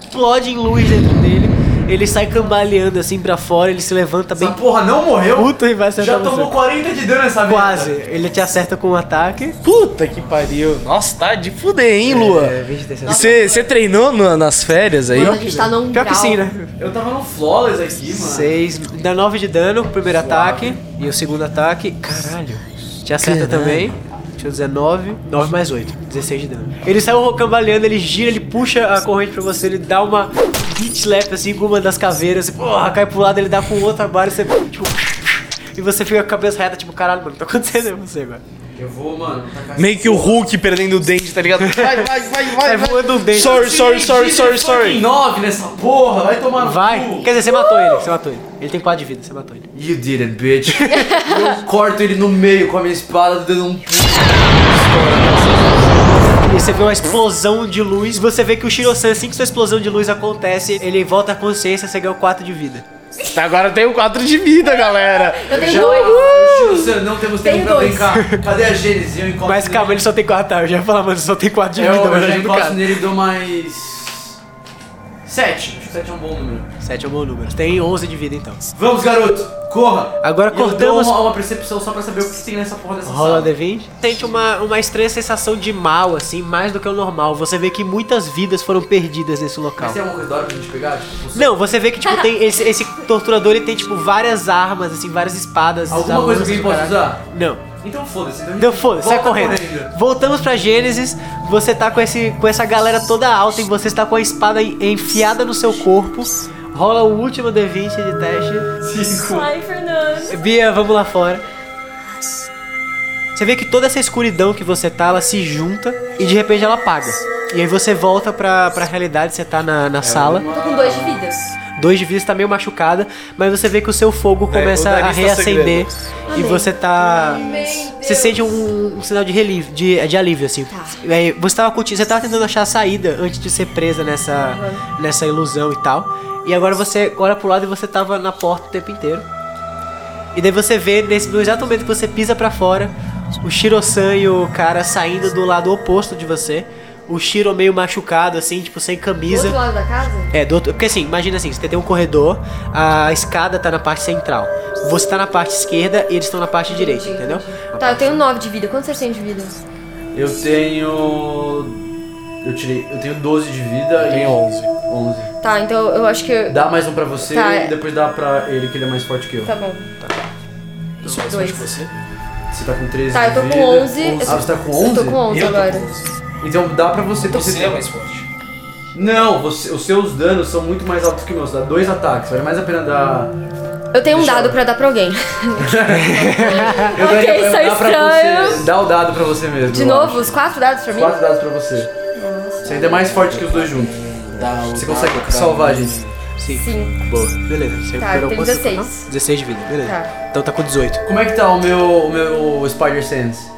A: Explode em luz dentro dele. Ele sai cambaleando assim pra fora, ele se levanta
C: Essa
A: bem
C: porra não morreu?
A: puto e vai
C: Já
A: acertar
C: tomou
A: você.
C: 40 de dano essa merda.
A: Quase. Ele te acerta com um ataque.
D: Puta que pariu. Nossa, tá de fuder, hein, Lua?
A: É, 20 de acerto.
D: Você treinou na- nas férias aí?
B: Mano, a gente tá num
A: Pior que
B: grau.
A: sim, né?
C: Eu tava no Flawless aqui, mano.
A: 6, dá 9 de dano pro primeiro ataque e o segundo ataque. Caralho. Te acerta também. Tinha 19, 9 mais 8, 16 de dano. Ele sai rocambaleando, ele gira, ele puxa a corrente pra você, ele dá uma beat slap assim com uma das caveiras, e, porra, cai pro lado, ele dá com outra barra e você, tipo, e você fica com a cabeça reta, tipo, caralho, mano, tá acontecendo com você agora.
C: Eu vou, mano, tacar
D: Meio que o Hulk perdendo o dente, tá ligado? Vai, vai, vai,
A: Sai
D: vai. vai.
A: voando um dente.
D: Sorry, sorry, sorry, sorry, sorry.
C: 9 nessa porra, vai tomar no
A: Vai.
C: cu.
A: Quer dizer, você matou ele, você matou ele. Ele tem 4 de vida, você matou ele.
C: You did it, bitch. eu corto ele no meio com a minha espada, dando um
A: E você vê uma explosão de luz. Você vê que o Shiro-san, assim que sua explosão de luz acontece, ele volta à consciência, você ganha 4 de vida.
D: Tá, Agora eu tenho 4 de vida, galera.
B: Eu tenho
C: Já-
B: dois.
A: Hum. Uh!
C: Luciano, não temos tempo
B: Tenho
C: pra
B: dois.
C: brincar. Cadê a Gênesis? Eu encontro
A: Mas calma, ele só tem 4, tá? Eu já ia falar, mano, só tem 4 de
C: Eu,
A: vida,
C: eu
A: mas é
C: já
A: ajuda o
C: encosto
A: cara.
C: nele e dou mais. 7. Acho que 7 é um bom número.
A: 7 é um bom número. Tem 11 de vida então.
C: Vamos, garoto, corra!
A: Agora
C: E eu
A: cortamos-
C: dou uma, uma percepção só pra saber o que tem nessa porra dessa
A: Rola
C: sala.
A: D20. Sente uma, uma estranha sensação de mal, assim, mais do que o normal. Você vê que muitas vidas foram perdidas nesse local.
C: Mas tem alguma coisa da hora pra gente pegar? Tipo,
A: Não, você vê que, tipo, tem esse, esse torturador, ele tem, tipo, várias armas, assim, várias espadas.
C: alguma coisa que
A: ele
C: ele possa usar?
A: Não.
C: Então foda-se. Então, a gente
A: Deu foda, sai
C: volta
A: correndo. Voltamos pra Gênesis, você tá com, esse, com essa galera toda alta e você está com a espada en- enfiada no seu corpo. Rola o último D20 de teste.
C: Cinco.
B: Ai, Fernando.
A: Bia, vamos lá fora. Você vê que toda essa escuridão que você tá, ela se junta e de repente ela apaga. E aí você volta pra, pra realidade, você tá na, na sala.
B: Tô com dois de vida.
A: Dois de vida está meio machucada, mas você vê que o seu fogo começa
D: o nariz
A: a
D: tá
A: reacender e
B: Amém.
A: você tá
B: Amém,
A: você
B: Deus.
A: sente um, um sinal de relívio, de, de alívio assim.
B: Tá.
A: E aí, você tava conti- você tava tentando achar a saída antes de ser presa nessa nessa ilusão e tal. E agora você olha pro lado e você tava na porta o tempo inteiro. E daí você vê nesse no exato momento que você pisa pra fora, o Shiro-san e o cara saindo do lado oposto de você. O Shiro meio machucado assim, tipo sem
B: Do
A: camisa.
B: outro lado da casa?
A: É, do outro, porque assim, imagina assim, você tem um corredor, a escada tá na parte central. Você tá na parte esquerda e eles estão na parte direita, É, entendeu?
B: Tá, eu tenho nove de vida. Quanto vocês têm de vida?
C: Eu tenho. Eu tirei. Eu tenho 12 de vida
D: Tenho 11.
C: 11.
B: Tá, então eu acho que. eu-
C: Dá mais um pra você
B: Tá, é.
C: e depois dá pra ele que ele é mais forte que eu.
B: Tá bom.
D: Isso é
B: Dois.
D: de você.
C: Você tá com 13
B: Tá, eu
C: de
B: tô
C: vida.
B: com 11. eu tô-
C: Ah, você tá com
B: Eu
C: 11?
B: tô com 11
D: Eu tô
B: agora.
D: com você.
C: Então dá pra você. porque
D: Você
C: tem-
D: é mais forte.
C: Não, você- os seus danos são muito mais altos que os meus. Dá dois ataques. Vale mais a pena dar.
B: Eu tenho um dado pra dar pra alguém.
C: Eu
B: Ok,
C: daria-
B: isso é
C: dá pra
B: estranho.
C: você. Dá o dado pra você mesmo.
B: De
C: eu
B: novo,
C: acho.
B: os quatro dados pra mim?
C: Quatro dados pra você. Você ainda é mais forte que os dois juntos.
D: Dá o
C: Você
D: dado
C: consegue
D: pra
C: salvar a
D: mim.
C: gente.
A: Sim.
B: Sim.
A: Boa, beleza. Você
B: Tá,
A: recuperou
B: eu tenho
A: quantos-
B: 16.
A: 16 de vida, beleza.
B: Tá.
A: Então tá com 18.
C: Como é que tá o meu, o meu Spider Sense?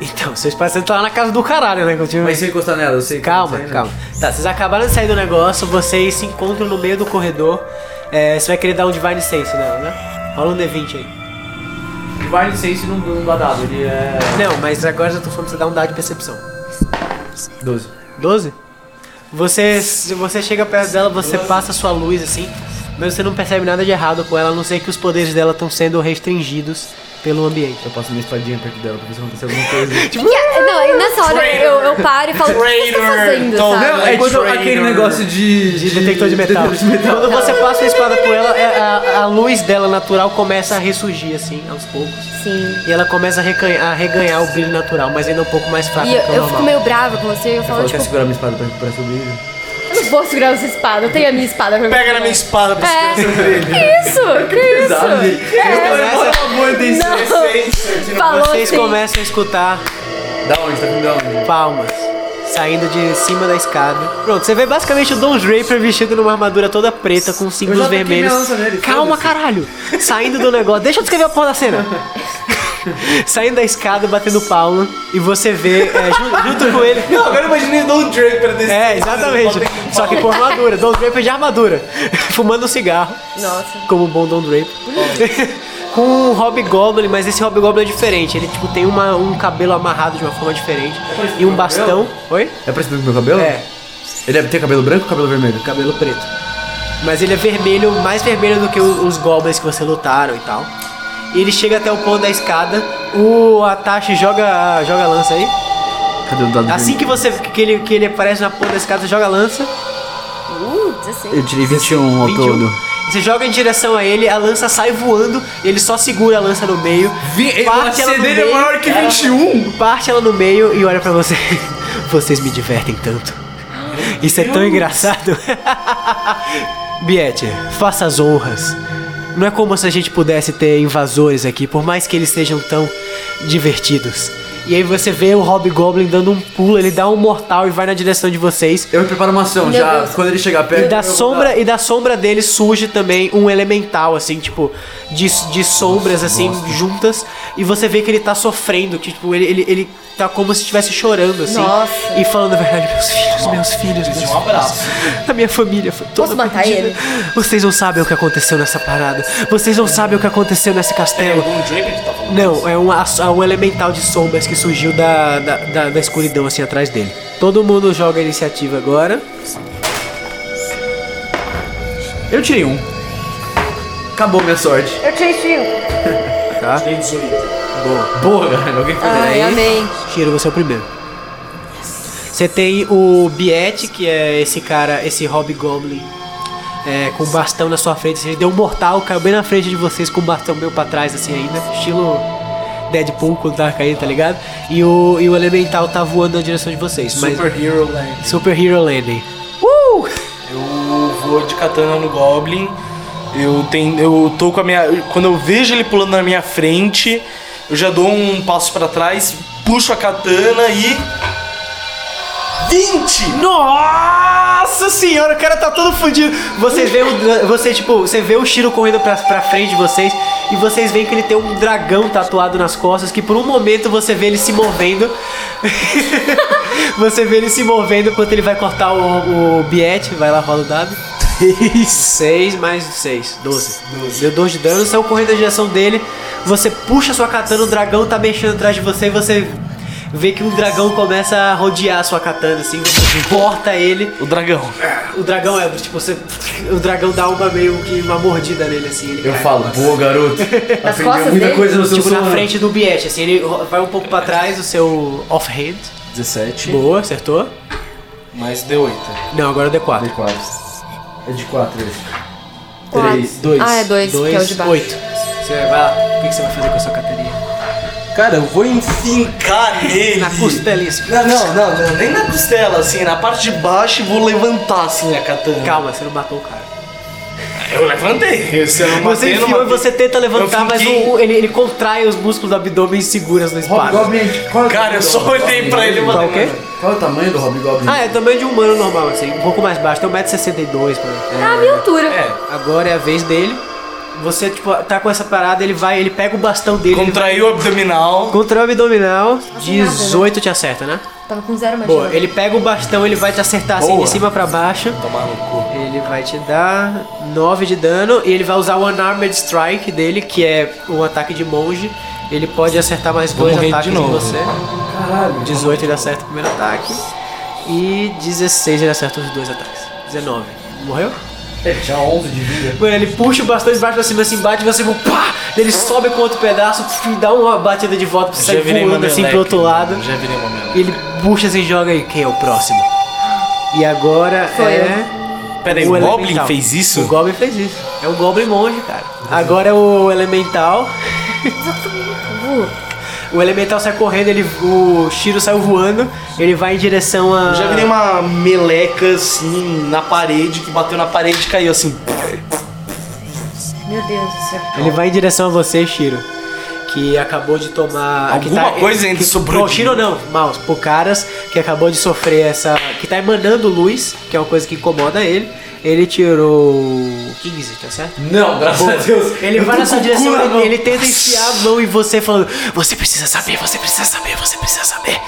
A: Então, vocês parecem estar lá na casa do caralho, né? Continua.
C: Mas se eu encostar nela, eu sei que
A: Calma,
C: não sei, né?
A: calma. Tá, vocês acabaram de sair do negócio, vocês se encontram no meio do corredor. É, você vai querer dar um Divine Sense nela, né? Rola um D20 aí.
C: Divine Sense não, não dá dado, ele é.
A: Não, mas agora eu já tô falando pra você dar um dado de percepção.
C: 12.
A: 12? Você, se você chega perto dela, você passa sua luz assim, mas você não percebe nada de errado com ela, a não sei que os poderes dela estão sendo restringidos pelo ambiente.
C: Eu passo minha espadinha perto dela pra ver se acontece alguma coisa.
B: É que, é- não, e nessa hora eu, eu paro e falo, o que vocês estão
D: Traitor.
B: fazendo,
D: Tom,
B: sabe?
C: Não, é tipo aquele negócio de,
A: De detector de metal.
C: detector de metal.
A: Quando você passa a espada por ela, é, a, a- a luz dela natural começa a ressurgir assim, aos poucos.
B: Sim.
A: E ela começa a, recanha- a reganhar o brilho natural, mas ainda um pouco mais fraco
B: E
A: que o
B: eu, eu
A: normal.
B: fico meio brava com você e eu falo,
C: Ela quer
B: tipo,
C: segurar minha espada pra recuperar seu brilho.
B: eu não vou segurar essa espada, eu tenho a minha espada pra mim.
D: Pega na minha espada pra
B: É, que isso, que isso?
C: Essa é uma boa intenção.
B: Não, falou
A: Vocês
B: sim.
A: começam a escutar
C: Da onde? Tá vindo da onde?
A: palmas saindo de cima da escada. Pronto, você vê basicamente o Don Draper vestido numa armadura toda preta com
C: Eu
A: símbolos
C: já toquei
A: vermelhos.
C: minha lança nele,
A: Calma,
C: foda-se.
A: caralho! Saindo do negócio. Deixa eu descrever a porra da cena. saindo da escada, batendo palma, e você vê é, ju- junto com ele.
D: Não, agora eu imaginei o
C: um
D: Don Draper desse.
A: É, exatamente. Só que com armadura, Don Draper de armadura. Fumando um cigarro.
B: Nossa.
A: Como um bom Don Draper. com um Hobgoblin, mas esse Hobgoblin é diferente. Ele tipo tem uma- um cabelo amarrado de uma forma diferente.
C: parecido
A: E um
C: com o
A: bastão. Oi?
C: É parecido com o meu cabelo?
A: É,
C: Ele é- tem cabelo branco ou cabelo vermelho?
A: cabelo preto. Mas ele é vermelho, mais vermelho do que o- os goblins que você lutaram e tal. E ele chega até o ponto da escada. O Atashi joga, a- joga a lança aí.
E: Cadê o dado?
A: Assim que você que ele, que ele aparece na ponta da escada, joga a lança.
B: Uh, 16.
E: Eu tirei 21 ao
A: 21.
E: todo.
A: Você joga em direção a ele, a lança sai voando, ele só segura a lança no meio.
D: Vi, o
A: parte ela
D: AC
A: no
D: dele é
A: meio,
D: maior que 21.
A: Parte ela no meio e olha pra você. Vocês me divertem tanto. Isso é tão engraçado. Biete, faça as honras. Não é como se a gente pudesse ter invasores aqui, por mais que eles sejam tão divertidos. E aí você vê o Hobgoblin dando um pulo, ele dá um mortal e vai na direção de vocês.
C: Eu preparo uma ação
B: Meu
C: já.
B: Deus.
C: Quando ele chegar perto.
A: E da
C: eu vou
A: sombra
C: dar-
A: e da sombra dele surge também um elemental assim, tipo de, de sombras assim juntas e você vê que ele tá sofrendo, que tipo ele ele, ele tá como se estivesse chorando assim
B: Nossa.
A: e falando a verdade, meus filhos, meus filhos, meus
C: Um abraço.
A: a minha família foi toda
B: Posso matar
A: perdida.
B: ele?
A: Vocês não sabem o que aconteceu nessa parada. Vocês não sabem o que aconteceu nesse castelo.
D: Um Draven que tá falando.
A: Não, é um, aç- é um elemental de sombras que surgiu da, da, da, da escuridão, assim, atrás dele. Todo mundo joga a iniciativa agora.
C: Eu tirei um. Acabou minha sorte.
B: Eu tirei 5.
D: Tem 18.
C: Boa, galera. Alguém foi
B: Ai, amém.
A: Shiro, você é o primeiro. Você tem o Biet, que é esse cara, esse Hobgoblin, é, com o bastão na sua frente. assim, Ele deu um mortal, caiu bem na frente de vocês com o bastão meio pra trás, assim, ainda. Estilo Deadpool quando tava caindo, tá ligado? E o, e o Elemental tá voando na direção de vocês. Mas, Super,
D: Superhero Land.
A: Hero Landing. Uh!
D: Eu vou de katana no Goblin. Eu tenho. Eu tô com a minha. Quando eu vejo ele pulando na minha frente, eu já dou um passo pra trás, puxo a katana e. 20!
A: Nossa senhora, o cara tá todo fudido. Vocês veem o, você, tipo, você vê o Shiro correndo pra, pra frente de vocês e vocês veem que ele tem um dragão tatuado nas costas que por um momento você vê ele se movendo. você vê ele se movendo enquanto ele vai cortar o, o Biet. Vai lá, rola o dado. 6 mais 6, 12. Deu 12 de dano, saiu correndo na direção dele. Você puxa sua katana, o dragão tá mexendo atrás de você e você vê que um dragão começa a rodear a sua katana, assim, você corta ele.
D: O dragão.
A: O dragão é, tipo, você. O dragão dá uma meio que uma mordida nele, assim. Ele
C: Eu
A: cai
C: falo,
A: pra baixo.
C: boa, garoto. Aprendeu
B: costas
C: muita
B: dele?
C: coisa no seu
A: Tipo, na
C: sono.
A: frente do Biet, assim, ele ro- vai um pouco pra trás, o seu offhand.
C: 17.
A: Boa, acertou.
D: Mais de 8.
A: Não, agora o D4.
C: De 4. É de 4 esse. 3,
B: Quatro.
C: 2.
B: Ah, é 2, que é o de
A: 2,
B: baixo.
A: 8. Você vai lá. O que que você vai fazer com a sua catarinha?
D: Cara, eu vou enfincar nele.
A: Na assim, costela, isso.
D: Não, não, não, não, nem na costela, assim, na parte de baixo e vou levantar assim a katana.
A: Calma, você não matou o cara.
D: Eu levantei. Você não
A: Você enfiou e você tenta levantar,
D: Eu
A: mas
D: fiquei-
A: o- o- ele, ele contrai os músculos do abdômen e segura as espadas.
C: Hobgoblin, qual é o
D: tá- Cara, eu só
C: tamanho do
D: olhei pra ele e
A: Tá
D: mandei.
A: ok?
C: Qual é o tamanho do Hobgoblin?
A: Ah, é tamanho de um humano normal, assim, um pouco mais baixo, tem 1,62m.
B: Tá a minha altura.
D: É,
A: Agora é a vez dele. Você, tipo, tá com essa parada, ele vai, ele pega o bastão dele. ele vai-
D: É, contraiu o abdominal.
A: Contra o abdominal,
B: nada,
A: 18 te acerta, né?
B: Tava com zero, mas.
A: Boa, ele pega o bastão, ele vai te acertar assim
D: Boa.
A: de cima pra baixo.
D: Tomar no cu.
A: Ele vai te dar 9 de dano e ele vai usar o Unarmored Strike dele, que é um ataque de monge. Ele pode acertar mais dois
D: morrer de
A: ataques de
D: novo.
A: você.
C: Caralho.
A: 18 ele acerta o primeiro ataque. E 16 ele acerta os dois ataques. 19. Morreu?
C: Ele tinha 11 de vida.
A: Mano, ele puxa o bastão de baixo pra cima, assim, bate, você tipo, pá! Daí Ele sobe com outro pedaço, e dá uma batida de volta pra você
D: Já
A: sair
D: virei
A: voando assim pro outro lado.
D: Já virei uma
A: E ele puxa assim e joga aí, quem é o próximo? E agora
B: Sou
A: é.
D: Peraí, o Goblin
A: Elemental.
D: fez
A: O
D: isso?
A: Goblin fez isso. É o Goblin Monge, cara. Agora é o Elemental.
B: Uh,
A: O Elemental sai correndo, ele, o Shiro saiu voando, ele vai em direção a.
D: Eu já virei uma meleca assim na parede, que bateu na parede e caiu assim.
B: meu Deus do céu.
A: Ele vai em direção a você, Shiro. Que acabou de tomar. que tá-
D: Alguma coisa ainda
A: que,
D: sobrou
A: Não,
D: de
A: Shiro
D: mim.
A: não, Maus. Pro Caras, que acabou de sofrer essa. Que tá emanando luz, que é uma coisa que incomoda ele. Ele tirou 15, tá certo?
C: Não, graças a Deus.
A: Ele
C: Eu
A: vai
C: tô
A: na sua
C: com o
A: direção,
C: cu na
A: ele,
C: mão.
A: ele tenta enfiar a mão em você, falando: Você precisa saber, você precisa saber, você precisa saber.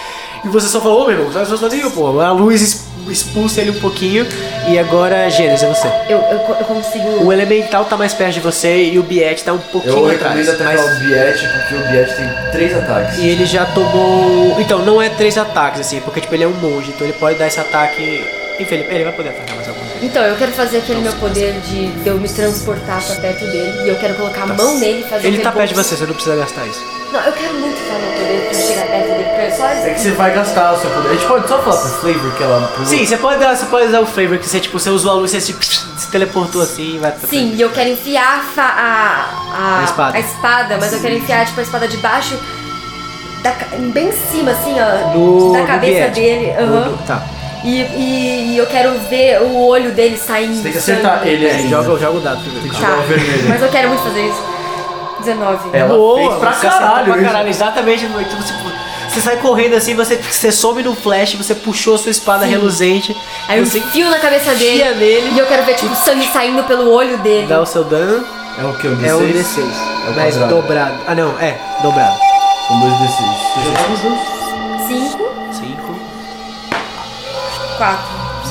A: E você só falou: Ô meu irmão, você sozinho, pô. A luz es- expulsa ele um pouquinho. E agora, Gênesis, é você.
B: Eu, eu, co- eu consigo.
A: O Elemental tá mais perto de você e o Biet tá um pouquinho
C: Eu
A: atrás.
C: recomendo atacar
A: mas-
C: o Biet, porque o Biet tem 3 ataques.
A: E ele já tomou. Então, um não é três ataques, assim, porque tipo, ele é um monge, então ele pode dar esse ataque. Enfim, ele, ele vai poder atacar mais alguma vez.
B: Então, eu quero fazer aquele meu poder de, de eu me transportar pra perto dele e eu quero colocar a mão nele e fazer
A: Ele
B: um
A: tá perto de
B: rebote.
A: você, você não precisa gastar isso.
B: Não, eu quero muito usar meu poder pra chegar perto dele, pra eu só
C: É que você vai gastar o seu poder. A gente pode só falar pro Flavor que ela. Pro
A: Sim, você pode, dar- você pode usar o flavor que você, tipo, você usou a luz, você se, se teleportou assim e vai pra
B: Sim,
A: frente.
B: e eu quero enfiar a, fa- a, a,
A: A espada.
B: espada, mas eu quero enfiar tipo, a espada debaixo, da, ca- bem em cima, assim, ó,
A: No,
B: da
A: no
B: cabeça
A: Viet.
B: dele. aham.
A: No- Tá.
B: E, e, e eu quero ver o olho dele saindo.
C: Você tem que acertar
B: sangue.
C: ele
A: É,
C: ainda.
A: joga, joga o dado primeiro.
C: Tem que
A: calma.
B: Tá,
C: jogar o vermelho.
B: mas eu quero muito fazer isso. 19.
C: Ela
A: Boa,
C: fez pra
A: você acertou
C: caralho.
A: pra
C: isso.
A: caralho, exatamente. no- Então, tipo, você sai correndo assim, você, você some no flash, você puxou a sua espada reluzente.
B: Aí eu
A: você
B: enfio na cabeça dele
A: enfia nele.
B: e eu quero ver tipo, o sangue saindo pelo olho dele.
A: Dá o seu dano.
C: É o que? Um
A: É um
C: D6?
A: D6.
C: o
A: Mas
C: quadrado.
A: dobrado. Ah, não, é, dobrado.
C: São dois D6.
B: 5,
A: 5,
B: 4.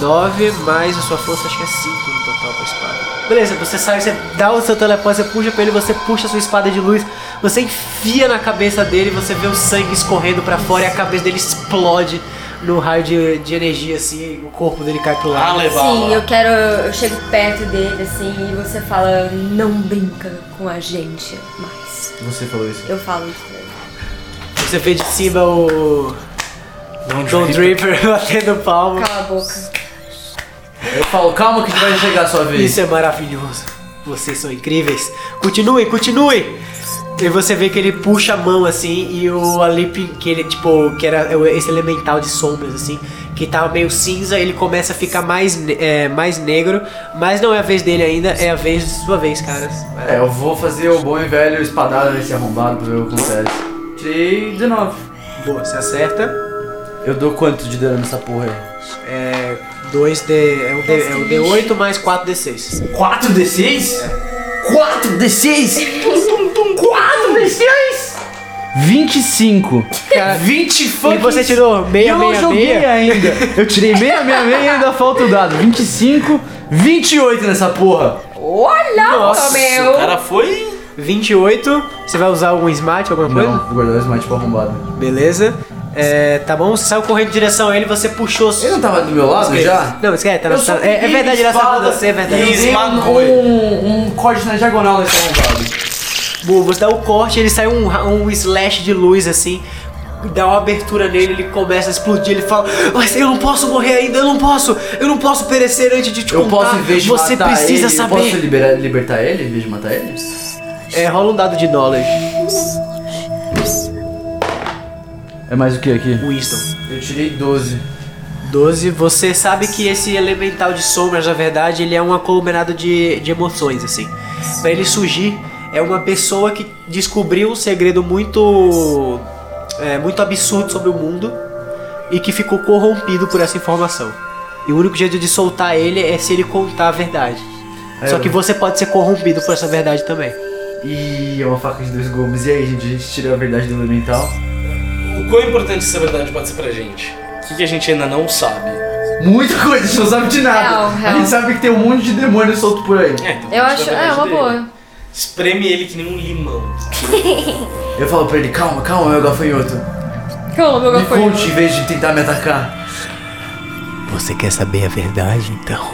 A: 9, mais a sua força, acho que é 5 no total pra espada. Beleza, você sai, você dá o seu teleporte, você puxa pra ele, você puxa a sua espada de luz, você enfia na cabeça dele, você vê o sangue escorrendo pra fora e a cabeça dele explode no raio de, de energia, assim, o corpo dele cai pro
D: Ah,
A: lado.
D: levar.
B: Sim, eu quero. Eu chego perto dele assim e você fala: Não brinca com a gente mais.
C: Você falou isso.
B: Eu falo isso pra ele.
A: Você vê de cima o.
D: Don't
A: Don Draper batendo palma.
B: Cala a boca.
C: Eu falo, calma que vai chegar a sua vez.
A: Isso é maravilhoso. Vocês são incríveis. Continuem, continuem. E você vê que ele puxa a mão assim e o Alip, que ele tipo, que era esse elemental de sombras assim, que tava meio cinza, ele começa a ficar mais, ne- é, mais negro, mas não é a vez dele ainda, é a vez de sua vez, cara.
C: É, eu vou fazer o bom e velho espadada nesse arrombado pra ver o que acontece. Tirei 19.
A: Boa, você acerta.
C: Eu dou quanto de dano nessa porra aí?
A: É 2D, é um D, é um D8 mais 4D6.
C: 4D6? 4D6? 4D6?
E: 25.
A: Cara,
E: 20
A: E você tirou
E: E eu não joguei
A: 666?
E: ainda. Eu tirei 666 e ainda falta o dado. 25.
C: 28 nessa porra.
B: Olha, meu!
D: O cara foi.
A: 28, você vai usar algum smite, alguma coisa?
C: Não, vou guardar o smite pro arrombado.
A: Beleza. É, tá bom, você saiu correndo em direção a ele, você puxou.
C: Ele não tava do meu lado já?
A: Não, esquece, tá na
C: Eu só
A: sala. É, é
C: peguei
A: verdade, era só
C: espada
A: você, é verdade.
C: E eu dei um, um, um corte na diagonal nesse arrombado.
A: Boa, você dá o corte, ele sai um, ra- um slash de luz assim, dá uma abertura nele, ele começa a explodir, ele fala, mas eu não posso morrer ainda, eu não posso, eu não posso perecer antes de te
C: Eu
A: contar.
C: posso, em vez de
A: Tá, você
C: matar
A: precisa
C: ele,
A: saber.
C: eu posso liberar- libertar ele em vez de matar ele?
A: É, rola um dado de knowledge,
C: É mais o que aqui?
A: Winston.
C: Eu tirei 12.
A: 12, você sabe que esse elemental de sombras, na verdade, ele é um aglomerado de, de emoções, assim. Pra ele surgir, é uma pessoa que descobriu um segredo muito. é, muito absurdo sobre o mundo e que ficou corrompido por essa informação. E o único jeito de soltar ele é se ele contar a verdade.
C: É,
A: Só que
C: eu-
A: você pode ser corrompido por essa verdade também.
C: E é uma faca de dois gumes. E aí, gente, a gente tirou a verdade do elemental?
D: O quão importante essa verdade pode ser pra gente? O que, que a gente ainda não sabe?
C: Muita coisa, a gente não sabe de nada.
B: Real,
C: A
B: real.
C: gente sabe que tem um monte de demônio solto por aí.
D: É, então
B: Eu
D: vamos
B: acho.
D: pra
B: É,
D: verdade
B: uma
D: dele.
B: boa.
D: Espreme ele que nem um limão.
C: Eu falo pra ele, calma, calma, meu gafanhoto.
B: Calma, meu
C: Me
B: gafanhoto.
C: conte em vez de tentar me atacar.
A: Você quer saber a verdade, então?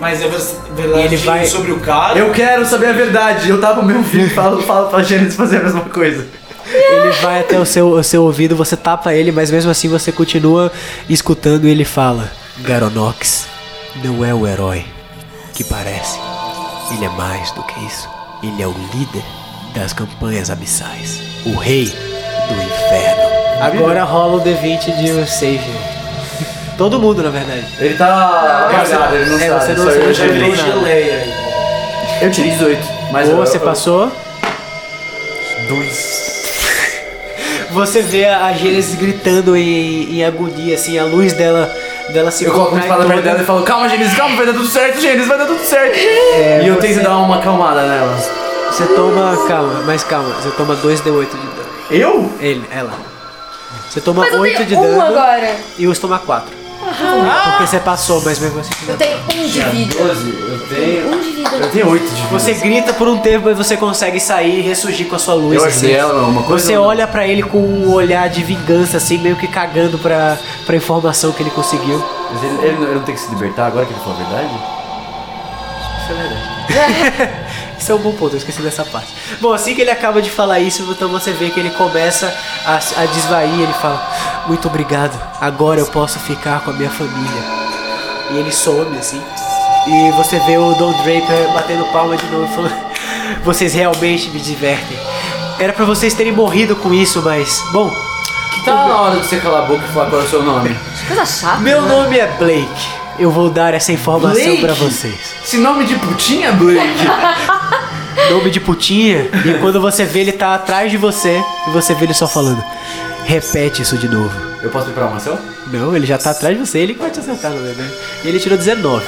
D: Mas é ver- verdade
A: E ele vai-
D: sobre o cara.
C: Eu quero saber a verdade. Eu tava pro meu filho e falo, falo pra Gênesis fazer a mesma coisa.
A: Ele vai até o seu, o seu ouvido, você tapa ele, mas mesmo assim você continua escutando e ele fala: Garonox não é o herói que parece. Ele é mais do que isso. Ele é o líder das campanhas abissais. O rei do inferno. Agora rola o D20 de save. Todo mundo, na verdade.
C: Ele tá cagado, ele não
A: É,
C: sabe.
A: você não
C: só eu,
A: sabe.
D: já
A: Eu
D: virei
A: não
C: tirei.
A: nada.
D: geleia aí.
C: eu tirei 18. Mas
A: Ou
C: eu-
A: você
C: eu-
A: passou.
D: Dois.
A: Você vê a Gênesis gritando em, em agonia, assim, a luz dela, dela se
C: Eu coloco uma
A: contrai
C: espada
A: toda.
C: perto dela e falo, calma, Gênesis, calma, vai dar tudo certo, Gênesis, vai dar tudo certo.
A: É,
C: e eu tento dar uma acalmada nela.
A: Você toma, calma, mais calma. Você toma 2d8 de dano.
C: Eu?
A: Ele, ela. Você toma
B: Mas eu
A: 8 de
B: tenho um
A: dano
B: agora. Ah.
A: e os toma 4. Porque você passou, mas mesmo assim.
B: Eu tenho um de vida.
C: 12, eu tenho.
B: Um de vida.
C: Eu tenho 8 de vida.
A: Você grita por um tempo e você consegue sair e ressurgir com a sua luz. assim.
C: Eu ajudei ela, é uma coisa
A: Você
C: ou não?
A: olha pra ele com um olhar de vingança, assim, meio que cagando pra, pra informação que ele conseguiu.
C: Mas ele, ele não- ele não tem que se libertar agora que ele falou a verdade? isso é verdade.
A: Isso é um bom ponto, eu esqueci dessa parte. Bom, assim que ele acaba de falar isso, então você vê que ele começa a, a desvair, ele fala, muito obrigado, agora eu posso ficar com a minha família. E ele some, assim, e você vê o Don Draper batendo palma de novo, falando, vocês realmente me divertem. Era pra vocês terem morrido com isso, mas, bom,
C: Que tal na hora de você calar a boca e falar qual é o seu nome?
B: Que coisa tá chata.
A: meu nome é Blake. Eu vou dar essa informação
C: Blake?
A: pra vocês.
C: Esse nome de putinha, Blake?
A: nome de putinha. E quando você vê, ele tá atrás de você. E você vê ele só falando: repete isso de novo.
C: Eu posso preparar uma ação?
A: Não, ele já tá atrás de você, ele que vai te acertar, não é? né? E ele tirou 19.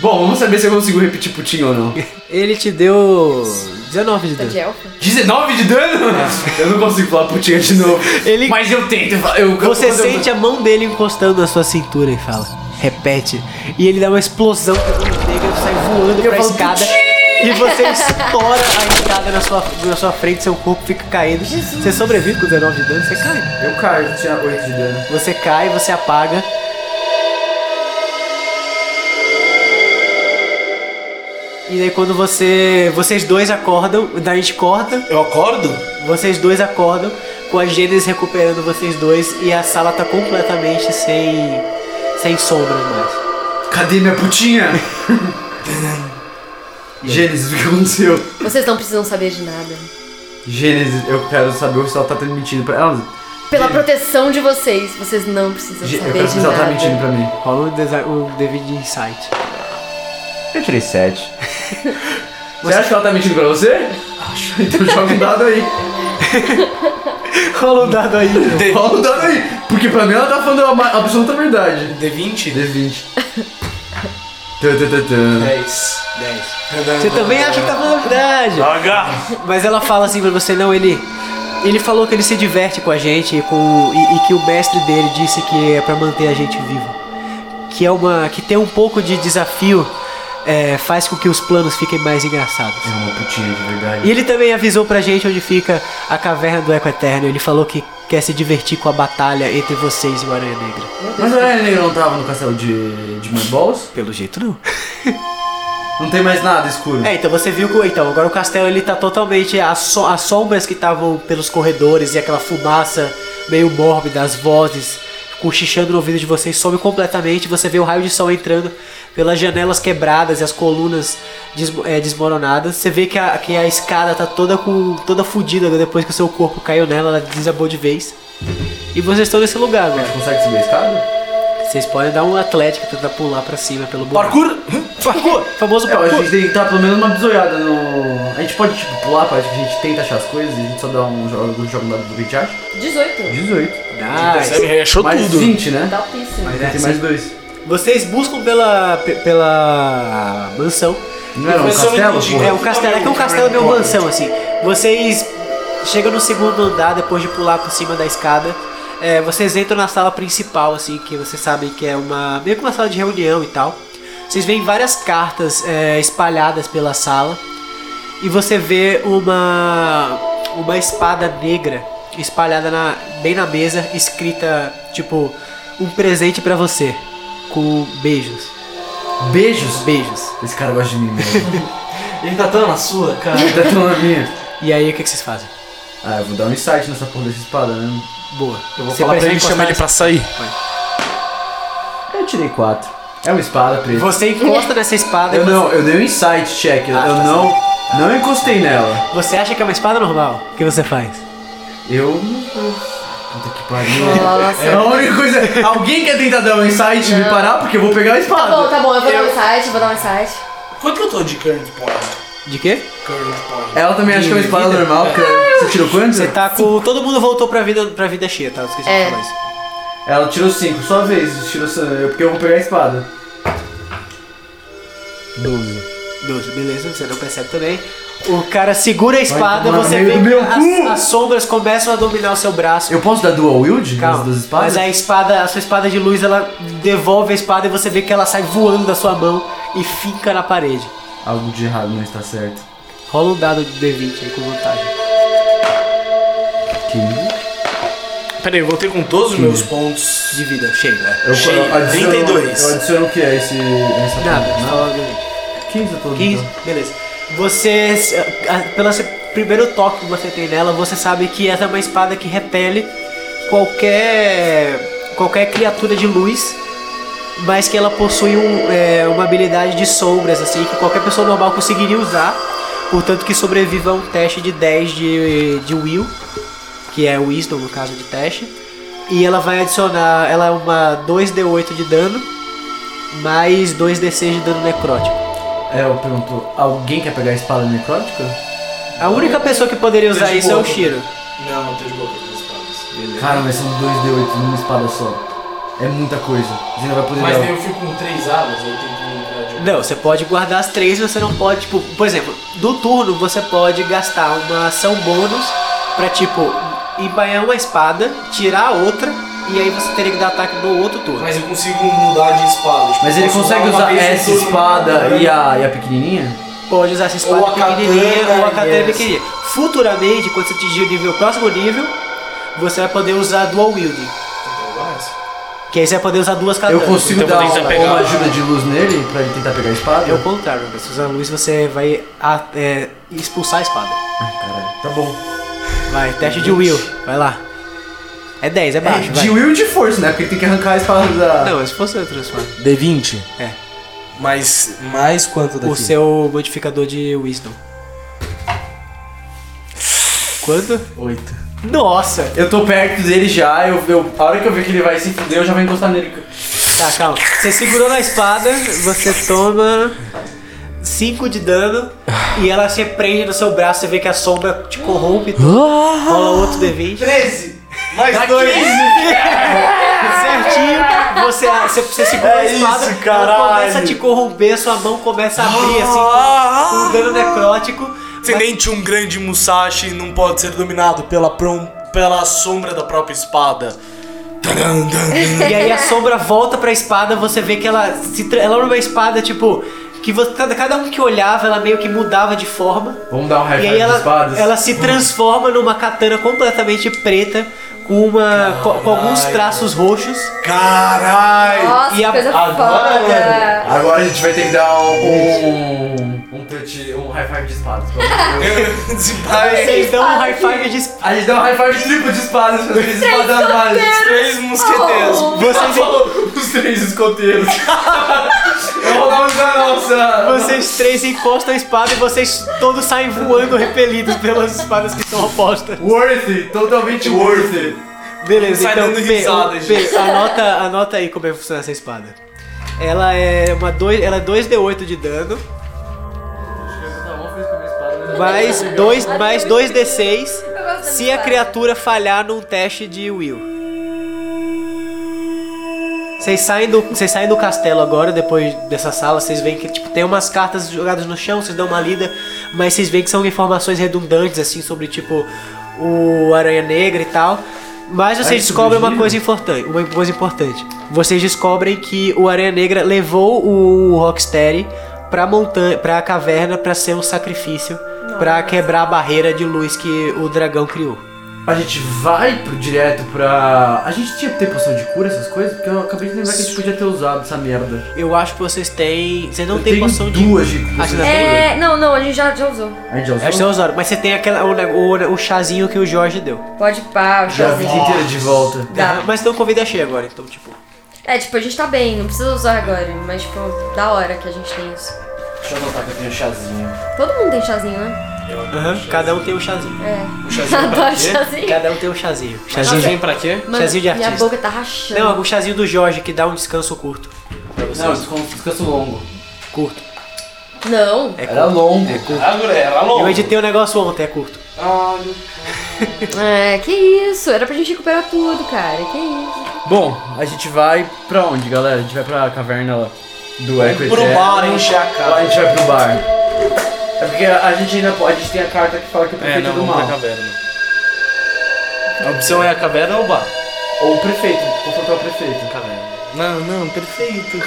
C: Bom, vamos saber se eu consigo repetir putinha ou não.
A: ele te deu 19 de
B: Tá
A: dano.
B: de elfo?
C: 19 de dano? Eu não consigo falar putinha de novo.
A: Ele-
C: Mas eu tento. eu- Eu, eu,
A: Você
C: eu-
A: sente a mão dele encostando na sua cintura e fala: repete. E ele dá uma explosão pelo negra, sai voando pra
C: falo,
A: escada. E você estoura a escada na sua, na sua frente, seu corpo fica caindo. Você sobrevive com 19 de dano, você cai.
C: Eu caio, tinha 8 de dano.
A: Você cai, você apaga. E daí quando você. Vocês dois acordam, daí a gente corta,
D: Eu acordo?
A: vocês dois acordam, com a Gênesis recuperando vocês dois e a sala tá completamente sem. sem sombras mais.
C: Cadê minha putinha? Gênesis, o que aconteceu?
B: Vocês não precisam saber de nada.
C: Gênesis, eu quero saber se ela tá mentindo pra ela.
B: Pela proteção de vocês, vocês não precisam
C: Gê- Eu
B: saber
C: quero
B: de
C: saber se ela tá mentindo
B: nada.
C: pra mim.
A: Rola o, desi- o devido de insight.
C: Eu tirei 7. Você acha que ela tá mentindo pra você? Acho. Então joga um dado aí.
A: Rola o dado aí.
D: D-
C: Rola um dado aí. Porque pra mim ela tá falando a ma- absoluta verdade.
D: D20?
C: D20. Tã, tã, tã, tã.
D: 10. 10.
A: Você também acha que tá falando a verdade.
D: H!
A: Mas ela fala assim pra você, não, ele. Ele falou que ele se diverte com a gente e, com, e, e que o mestre dele disse que é pra manter a gente vivo. Que é uma. que ter um pouco de desafio é, faz com que os planos fiquem mais engraçados.
C: É uma putinha de
A: E
C: verdade.
A: ele também avisou pra gente onde fica a caverna do Eco Eterno. Ele falou que quer se divertir com a batalha entre vocês e o Aranha Negra.
C: Mas a Aranha Negra não tava no castelo de, de Manballs?
A: Pelo jeito não.
C: Não tem mais nada escuro.
A: É, então você viu que então, agora o castelo ele tá totalmente as, so- as sombras que estavam pelos corredores e aquela fumaça meio mórbida, as vozes cochichando no ouvido de vocês some completamente. Você vê o raio de sol entrando pelas janelas quebradas e as colunas des- é, desmoronadas. Você vê que a, que a escada tá toda com toda fudida né? depois que o seu corpo caiu nela, ela desabou de vez. E vocês estão nesse lugar
C: A
A: agora.
C: gente consegue subir a escada?
A: Vocês podem dar um atlético tentar pular pra cima pelo buraco.
D: Parkour?
A: Parkour! Famoso
C: É, a
A: parkour.
C: gente tem que dar pelo menos uma bisoiada no. A gente pode, tipo, pular, parece que a gente tenta achar as coisas e a gente só dá um jogo, um jogo dado do que a gente acha.
B: 18.
C: 18.
A: Nice.
D: Você reachou
C: mais
D: tudo.
C: 20, né?
B: Dá o piso.
C: Mas
A: É,
C: tem
A: sim.
C: mais dois.
A: Vocês buscam pela, pe- pela mansão.
C: Não era um
D: Mas eu não
C: castelo,
D: entendi.
C: porra?
A: É um castelo, é que é um castelo meio mansão, assim. Vocês chegam no segundo andar depois de pular por cima da escada. É, vocês entram na sala principal, assim, que vocês sabem que é uma. meio que uma sala de reunião e tal. Vocês veem várias cartas é, espalhadas pela sala. E você vê uma. uma espada negra espalhada na- bem na mesa, escrita tipo um presente pra você. Com beijos.
C: Beijos?
A: Beijos.
C: Esse cara gosta de mim mesmo.
D: Ele tá tão na sua, cara.
C: Ele tá tão na minha.
A: E aí o que, que vocês fazem?
C: Ah, eu vou dar um insight nessa porra dessa espada, né?
A: Boa.
D: Eu vou falar pra
A: percebe
D: ele chamar ele
A: encostar
D: pra sair.
C: Eu tirei 4. É uma espada
A: nessa-
C: preta.
A: Você encosta nessa espada e
C: Eu
A: você...
C: não, eu dei um insight check. Eu,
A: Ah,
C: eu
A: tá
C: não, não encostei nela.
A: você acha que é uma espada normal? O que você faz?
C: Eu. Puta que pariu.
B: Nossa.
C: É a única coisa. Alguém quer tentar dar um insight e me parar? Porque eu vou pegar a
B: Tá
C: espada.
B: bom, tá bom, eu vou dar um site, vou dar um site.
D: Quanto que eu tô de current point?
A: De quê?
D: Current point.
C: Ela também acha que é uma espada normal. Porque você tirou quanto?
A: Você tá com. Todo mundo voltou pra vida, pra vida cheia, tá? Eu esqueci
B: É.
A: de falar isso.
C: Ela tirou 5, só vez. Tirou, só- eu- porque eu vou pegar a espada. 12.
A: 12, beleza, você não percebe também. O cara segura a espada,
C: tomar no
A: você
C: meio
A: vê
C: do
A: que
C: meu cu!
A: as, as sombras começam a dominar o seu braço.
C: Eu posso dar dual wield nas
A: Calma,
C: duas espadas?
A: mas a espada, a sua espada de luz, ela devolve a espada e você vê que ela sai voando da sua mão e finca na parede.
C: Algo de errado não está certo.
A: Rola um dado de D20 aí com vantagem.
C: 15.
D: Pera aí, eu voltei com todos os meus pontos.
A: De vida, cheio, né?
C: Eu,
D: Cheio,
C: eu adiciono,
D: 32.
C: Eu adiciono o que é esse. Essa né?
A: Nada,
C: conta?
A: só obviamente.
C: 15 todo.
A: 15, beleza. Você, eh, a- pelo seu primeiro toque que você tem nela, você sabe que essa é uma espada que repele qualquer qualquer criatura de luz, mas que ela possui um, é, uma habilidade de sombras, assim, que qualquer pessoa normal conseguiria usar, portanto que sobreviva a um teste de 10 de, de Will, que é o Wisdom no caso de teste, e ela vai adicionar, ela é uma 2d8 de dano, mais 2d6 de dano necrótico.
C: É, eu pergunto, alguém quer pegar a espada necrótica?
A: A única pessoa que poderia usar isso é o Shiro.
D: Não, não tô de boa com as espadas. Beleza.
C: Caramba, são 2D8 numa espada só. É muita coisa. A gente não vai poder
D: Mas
C: dar-
D: daí eu fico com três alas, aí tem que me lembrar de um.
A: Não, você pode guardar as três, você não pode, tipo, por exemplo, do turno você pode gastar uma ação bônus pra, tipo, embanhar uma espada, tirar a outra, e aí você teria que dar ataque no outro turno.
D: Mas eu consigo mudar de espada. tipo,
C: Mas ele
D: posso
C: consegue
D: uma
C: usar
D: vez em
C: essa
D: turno,
C: espada
D: né?
C: e a, e a pequenininha?
A: Pode usar essa espada
D: Ou a
A: pequenininha
D: katana,
A: ou a katana
D: yes.
A: pequenininha. Futuramente, quando você atingir o nível, o próximo nível, você vai poder usar dual wielding. Que aí você vai poder usar duas
C: Eu
A: katanas.
C: consigo
D: Então
C: dar
D: vou tentar
C: uma,
D: pegar
C: uma
D: a-
C: ajuda de luz nele pra ele tentar pegar a espada?
A: É o contrário, mas se usar luz você vai a- é, expulsar a espada.
C: Caralho, tá bom.
A: Vai, teste de Will, vai lá. É 10, é baixo,
C: É,
A: vai.
C: de will e de força, né? Porque ele tem que arrancar a espada da...
A: Não, se fosse eu transformo.
D: D20?
A: É.
D: Mas mais quanto daqui?
A: O seu modificador de Wisdom. Quanto?
C: Oito.
A: Nossa!
C: Eu tô perto dele já, eu, eu- a hora que eu ver que ele vai se fuder, eu já vou encostar nele.
A: Tá, calma. Você segurou na espada, você toma 5 de dano e ela se prende no seu braço, você vê que a sombra te corrompe. tudo. Rola outro D20.
D: 13! Mais
C: Tá
D: dois!
C: 15.
A: certinho, você, você, você segura a
C: É
A: espada,
C: isso,
A: ela
C: caralho.
A: começa a te corromper, sua mão começa a abrir assim, com,
D: Ah!
A: com um dano necrótico.
D: Ascendente um grande Musashi não pode ser dominado pela, prom- pela sombra da própria espada. Taran, taran.
A: E aí a sombra volta pra espada, você vê que ela se tra- ela era uma espada, tipo, que você, cada, cada um que olhava, ela meio que mudava de forma.
C: Vamos dar um high
A: E
C: five
A: aí
C: de
A: ela,
C: espadas?
A: ela se transforma numa katana completamente preta, com uma. com, com alguns traços roxos.
D: Caralho!
B: Nossa,
A: E a-
B: coisa
C: Agora,
B: foda.
C: mano, agora a gente vai ter que dar um... Um, um, touch- um high five de espadas. pelo amor de Deus.
D: Desembarque
A: Vocês dão um
B: espada
A: high five
B: aqui.
A: de espada.
C: A gente dá um high five triplo de espadas pra três espadas a mais. Tá
D: três mosqueteiros.
B: Oh.
A: Vocês,
C: Os três escoteiros. eu vou dar um da nossa.
A: Vocês três encostam a espada e vocês todos saem voando repelidos pelas espadas que são opostas.
C: Worth it, totalmente worth it.
A: Beleza,
D: Sai
A: então
D: dando
A: P,
D: risada,
A: o-
D: gente.
A: P, anota, anota aí como é que funciona essa espada. Ela é uma dois, ela é 2d8 de dano,
C: Tá né?
A: mais 2 mais 2d6
B: Eu gosto da
A: se a
B: espada.
A: criatura falhar num teste de will. Vocês saem, do, vocês saem do castelo agora, depois dessa sala, vocês veem que tipo, tem umas cartas jogadas no chão, vocês dão uma lida, mas vocês veem que são informações redundantes, assim, sobre tipo o Aranha Negra e tal. Mas vocês descobrem uma coisa importante. Uma coisa importante. Vocês descobrem que o Aranha Negra levou o Rocksteady pra montanha. pra caverna pra ser um sacrifício. Pra quebrar a barreira de luz que o dragão criou.
C: A gente vai pro direto pra. A gente tinha que ter poção de cura, essas coisas? Porque eu acabei de lembrar que a gente podia ter usado essa merda.
A: Eu acho que vocês têm. Você não
C: eu
A: tem
C: tenho
A: poção de.
C: duas de
A: Acho
C: poção
A: que
C: de
B: É, não, não, a gente já, já usou.
C: cura. A gente já
A: É o
C: usou.
A: seu Osório, mas você tem aquela, o, ne- o, o chazinho que o Jorge deu.
B: Pode pá, o
C: Já a vida
B: chazinho.
C: inteira de volta.
B: Dá.
A: Mas então convida cheia agora, então, tipo.
B: É, tipo, a gente tá bem, não precisa usar agora, mas, tipo, da hora que a gente tem isso.
C: Deixa eu notar que eu tenho chazinho.
B: Todo mundo tem chazinho, né?
A: Aham, cada um tem um chazinho.
B: É. Adoro chazinho.
A: Cada um tem um chazinho. Chazinho de,
D: Chazinho pra quê?
B: Mano,
A: chazinho de
B: minha
A: artista.
B: boca tá rachando.
A: Não, o chazinho do Jorge que dá um descanso curto. Pra vocês.
C: Não, descanso, descanso longo.
A: curto.
B: Não.
A: É
C: Era longo.
D: Agora era
A: Eu
D: longo.
A: editei um negócio ontem, é curto.
B: É, que isso. Era pra gente recuperar tudo, cara. Que isso.
C: Bom, a gente vai pra onde, galera? A gente vai pra caverna lá do é. Eco
D: pro
C: Eterno.
D: bar um encher a cara.
C: Ou a gente vai pro bar. É porque a gente ainda pode. A gente tem a carta que fala que o
D: É,
C: prefeito é,
D: não,
C: do
D: vamos pra
C: mal.
D: caverna. A opção é a caverna ou o bar?
C: Ou o prefeito, confrontar o prefeito.
D: Não, não, perfeito.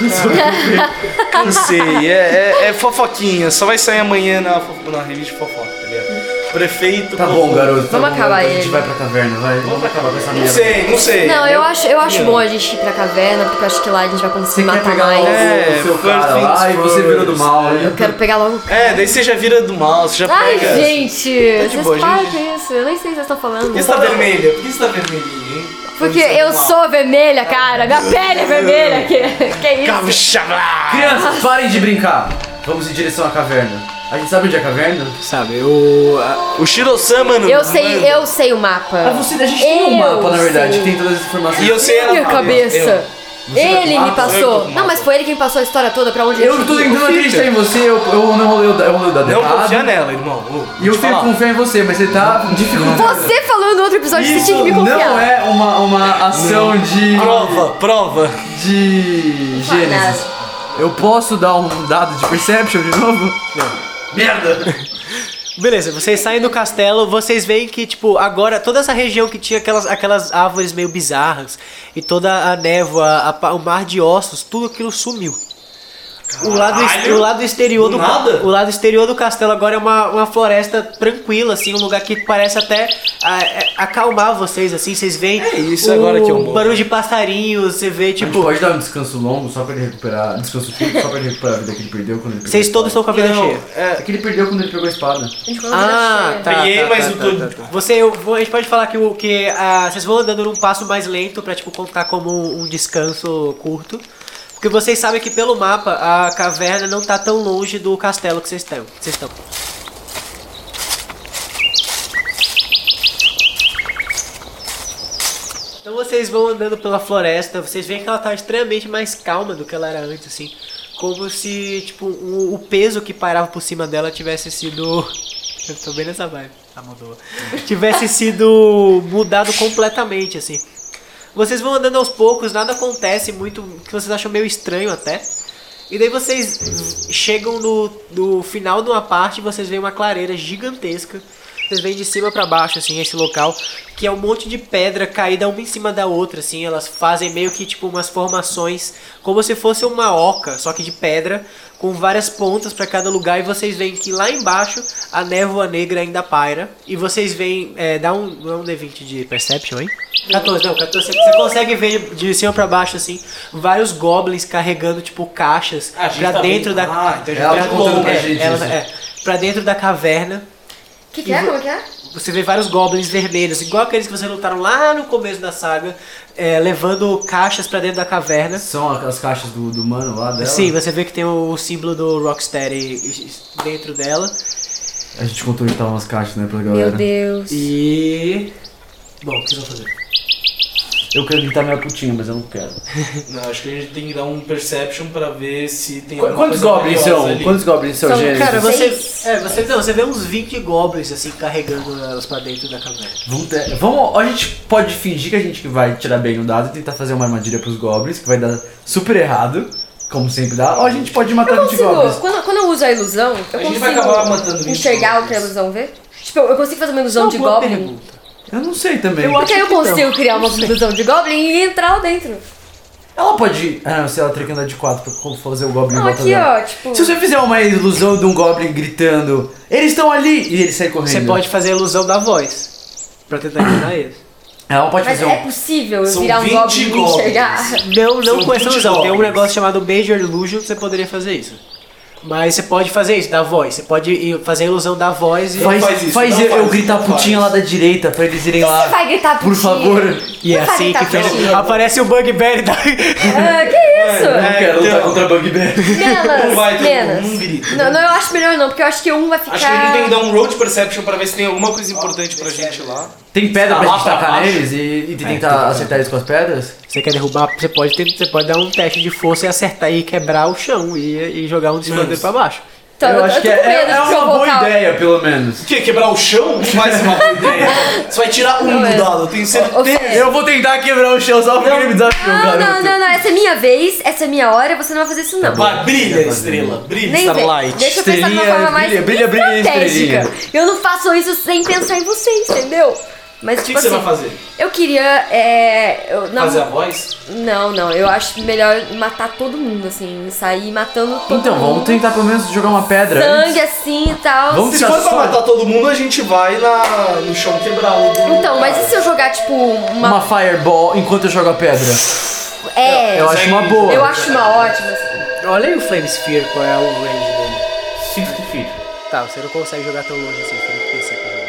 D: Cansei. É, é, é fofoquinha. Só vai sair amanhã na, fofo- na revista fofoca, tá ligado? prefeito.
C: Tá
D: colocou.
C: bom, garoto. tá
B: Vamos
C: bom,
B: acabar
C: garoto. A gente
B: ele.
C: vai pra caverna, vai. Vamos acabar com essa
D: Não
C: merda.
D: sei, não
C: É,
D: sei.
B: Não, eu acho, eu acho bom a gente ir pra caverna, porque eu acho que lá a gente vai
C: né? Você
B: conseguir
C: quer
B: matar
C: pegar
B: mais.
C: o,
D: É,
C: o seu
D: first
C: cara lá
D: things
C: e você
D: first.
C: vira do mal. né?
D: É.
B: Eu quero pegar logo.
D: É, daí você já vira do mal, você já
B: Ai,
D: pega.
B: gente,
D: Tá de boa,
B: vocês param
D: gente.
B: com isso. Eu nem sei o que vocês estão falando.
D: Por que você tá vermelha? Por que você tá vermelhinha, hein?
B: Porque eu sou vermelha, cara. Minha pele é vermelha. Que, que isso? É.
D: Cavuxabla!
C: Crianças, parem de brincar. Vamos em direção à caverna. A gente sabe onde é a caverna?
A: Sabe, eu. a-
D: O Shiro-san, mano.
B: Eu sei, eu sei o mapa.
C: Ah, você, a gente tem um
B: É. Eu
C: mapa, na verdade,
B: sei.
C: que tem todas as informações.
D: E eu sei
B: Minha
D: a
B: cabeça.
C: Você
B: Ele
C: vai-
B: me
C: Ah,
B: passou.
D: eu tô
B: Não, mas foi ele quem passou a história toda pra onde a
C: Eu
B: gente
C: tô
B: ia.
C: tentando acreditar em você, eu, eu não rolei o da- eu rolei o dado
D: Não confia
C: errado.
D: nela, irmão. Ô, vou
C: E eu
D: te
C: tenho
D: falar.
C: confiar em você, mas você tá dificultando.
B: Você falou no outro episódio que você tinha que me confiar.
C: não é uma, uma ação de.
D: Prova, prova.
C: de.
B: Não faz nada.
C: Gênesis. Eu posso dar um dado de Perception de novo? Merda!
A: Beleza, vocês saem do castelo, vocês veem que, tipo, agora toda essa região que tinha aquelas, aquelas árvores meio bizarras e toda a névoa, a pa- o mar de ossos, tudo aquilo sumiu. O lado, ex-
D: Caralho!
A: o lado exterior
D: Do
A: do, ca-
D: nada?
A: o lado exterior do castelo agora é uma, uma floresta tranquila, assim, um lugar que parece até ah, é, acalmar vocês, assim, vocês veem
D: É isso, agora que eu morro.
A: barulho de passarinhos, você vê,
C: Tipo,
A: tipo,
C: pode dar um descanso longo só pra ele recuperar. Descanso curto só pra ele recuperar a vida que ele perdeu quando ele pegou.
A: vocês todos estão com a vida
D: Não,
A: cheia.
D: é,
C: É que ele perdeu quando ele pegou a espada.
B: A gente colocou na
A: Ah,
B: cheia.
A: tá.
D: Peguei,
A: tá,
D: mas
A: tá,
D: o
A: tá,
D: todo-
A: tá, tá. Você, eu vou- a gente pode falar que o que ah, vocês vão andando num passo mais lento pra tipo contar como um, um descanso curto, porque vocês sabem que pelo mapa a caverna não tá tão longe do castelo que vocês estão. que Vocês estão. Então vocês vão andando pela floresta, vocês veem que ela tá extremamente mais calma do que ela era antes, assim. Como se, tipo, o, o peso que pairava por cima dela tivesse sido. Eu tô bem nessa vibe. Ah, mudou. Tivesse sido mudado completamente, assim. Vocês vão andando aos poucos, nada acontece muito, que vocês acham meio estranho até. E daí vocês chegam no, no final de uma parte e vocês veem uma clareira gigantesca. Vocês veem de cima pra baixo, assim, esse local, que é um monte de pedra caída uma em cima da outra, assim. Elas fazem meio que, tipo, umas formações, como se fosse uma oca, só que de pedra, com várias pontas pra cada lugar. E vocês veem que lá embaixo a névoa negra ainda paira. E vocês veem... É, dá um, dá um D20 de Perception, hein? 14, não, 14. Você consegue ver de cima pra baixo, assim, vários goblins carregando, tipo, caixas
D: Ah, a gente
A: pra
D: tá
A: dentro
D: bem-
A: da
D: Ah, então a gente
C: Ela
D: tá
A: pra-
C: tá contando
D: bom,
C: pra
A: é,
D: né?
C: gente
A: ela-
C: isso.
A: é, pra dentro da caverna
B: Que que é? Como que é?
A: você vê vários goblins vermelhos igual aqueles que vocês lutaram lá no começo da saga é, levando caixas pra dentro da caverna
C: São as caixas do, do mano lá dela?
A: sim você vê que tem o símbolo do Rocksteady dentro dela
C: A gente contou onde estavam as caixas, né, pra galera.
B: Meu Deus.
A: e bom o que vocês vão fazer
C: Eu quero gritar minha putinha, mas eu não quero.
D: Não, acho que a gente tem que dar um perception pra ver se tem
C: Qu-
D: alguma
C: Quantos
D: coisa
C: goblins
D: curiosa
C: são?
D: ali.
C: Quantos goblins são,
B: São-
C: Gênesis?
A: cara
B: Seis.
A: você é, você não você vê uns 20 goblins assim carregando elas pra dentro da caverna
C: Vamos, ter- vamos- a gente pode fingir que a gente que vai tirar bem o dado e tentar fazer uma armadilha pros goblins, que vai dar super errado, como sempre dá, ou a gente pode matar
B: Eu
C: 20 goblins.
B: consigo, assim, quando, quando eu uso a ilusão, eu
D: A gente
B: consigo
D: vai acabar matando vinte
B: enxergar o
D: goblins.
B: que é a ilusão vê? Tipo, eu eu consigo fazer uma ilusão
A: Uma
B: de
A: boa
B: goblin?
A: pergunta.
C: Eu não sei também.
A: Eu acho-
B: Porque aí eu
A: que não.
B: consigo criar uma ilusão de goblin e entrar lá dentro.
C: Ela pode. Ah, não, se ela tem que andar de 4 pra co- fazer o goblin em
B: Não,
C: volta
B: aqui
C: dela.
B: ó, tipo...
C: Se você fizer uma ilusão de um goblin gritando, eles estão ali! E ele sai correndo.
A: você pode fazer a ilusão da voz pra tentar enganar eles
C: Ela pode
B: Mas
C: fazer
B: é
C: um.
B: possível eu
D: São
B: virar um
D: 20
B: goblin e
D: goblins.
B: enxergar?
A: Não, não
D: São
A: com essa
D: 20
A: ilusão. Tem um
D: dólares.
A: negócio chamado Major Illusion que você poderia fazer isso. Mas você pode fazer isso, da voz. Você pode ir fazer a ilusão da voz e.
C: Faz,
D: faz
C: faz,
D: isso, não
C: eu,
D: faz,
C: eu gritar
D: não
C: putinha
D: faz.
C: lá da direita pra eles irem
B: Você
C: lá.
B: vai gritar
C: Por
B: putinha?
C: favor.
A: E é
B: Você vai
A: assim que
B: gritar
A: fez.
B: putinha?
A: Aparece o Bugbear da.
B: Ah, que isso?
C: Eu não quero lutar
D: então-
C: contra a Bugbear.
D: Não vai
B: Menos,
D: ter
B: menos.
D: um grito.
B: Não, não, eu acho melhor não, porque eu acho que um vai ficar...
D: Acho que a gente tem que dar um road perception pra ver se tem alguma coisa importante pra gente lá.
C: Tem pedra pra
D: Lá
C: gente
D: pra
C: tacar
D: baixo? É, então,
C: neles e, e tentar acertar eles com as pedras?
A: Você quer derrubar? Você pode, ter- você pode dar um teste de força e acertar e quebrar o chão e, e jogar um de cima
D: Mano.
A: dele pra baixo.
B: Então, eu, eu tô
C: é-
A: é-
B: com medo de provocar...
C: ideia, pelo menos.
D: O quê? Quebrar o chão? Não vai ser uma boa ideia. Você vai tirar um
B: Não é.
D: do dado, eu tenho certeza.
B: Ô, Fê,
C: Eu vou tentar quebrar o chão só porque ele me desafiou,
B: Não, não,
C: garoto.
B: não, não. Essa é minha vez, essa é minha hora, você não vai fazer isso não.
D: Vai, brilha, estrela. Brilha,
B: Nem vê.
D: Starlight.
B: Deixa eu pensar de uma
C: Estrelinha,
B: forma mais
C: brilha, brilha, brilha,
B: estratégica. eu não faço isso sem pensar em vocês, entendeu? Mas,
C: O que,
B: tipo
C: que você
B: assim,
C: vai fazer?
B: eu queria. É, eu, não,
C: Fazer a voz?
B: não, não. Eu acho melhor matar todo mundo, assim. Sair matando todo
C: Então,
B: mundo.
C: vamos tentar pelo menos jogar uma pedra.
B: Sangue
C: antes.
B: assim e tal.
C: Vamos
D: Se
C: tirar
D: for pra
C: só
D: matar todo mundo, a gente vai na, no chão quebrar o.
B: Então, mas e se eu jogar, tipo, uma.
C: uma fireball enquanto eu jogo a pedra?
B: é,
C: Eu acho uma boa.
B: eu acho uma ótima. assim.
A: Olha aí o Flame Sphere, qual é o range dele.
C: 50 feet.
A: Tá, você não consegue jogar tão longe assim, tem que descer pra jogar.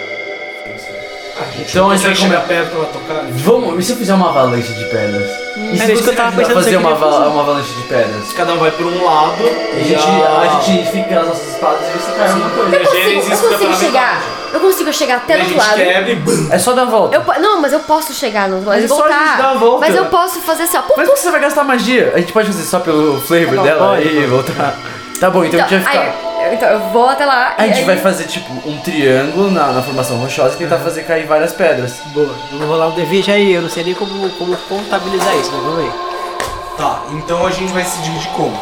C: Então a gente vai comer.
D: perto pra ela tocar.
C: Vamos, e se eu fizer uma avalanche de pedras? E
A: É isso que eu tava
C: Dá pra
A: pensando, você
C: fazer uma,
A: queria
C: ava-
A: fazer.
C: uma avalanche de pedras? Ah.
D: Cada um vai por um lado.
C: A gente, a gente fica nas nossas espadas e vê se cai alguma coisa.
B: Eu consigo, eu consigo chegar. Eu consigo chegar até do
D: a
B: outro
D: gente
B: lado.
D: quebra e bum.
C: É só dar a volta.
B: Eu po- não, mas eu posso chegar no outro lado e
C: Mas é só a gente
B: voltar.
C: dar a volta.
B: Mas eu posso fazer assim, ó. Pum,
C: Mas por que você vai gastar magia? A gente pode fazer só pelo flavor
A: Tá bom,
C: dela
A: pode,
C: e voltar. Tá bom, então,
B: Então,
C: a gente vai ficar.
B: aí, eu- então, eu vou até lá.
C: A
B: e
C: gente
B: aí-
C: vai fazer tipo um triângulo na, na formação rochosa e tentar fazer cair várias pedras.
A: Boa, vamos rolar um d já aí, eu não sei nem como, como contabilizar isso, mas vamos ver.
F: Tá, então a gente vai se dividir como?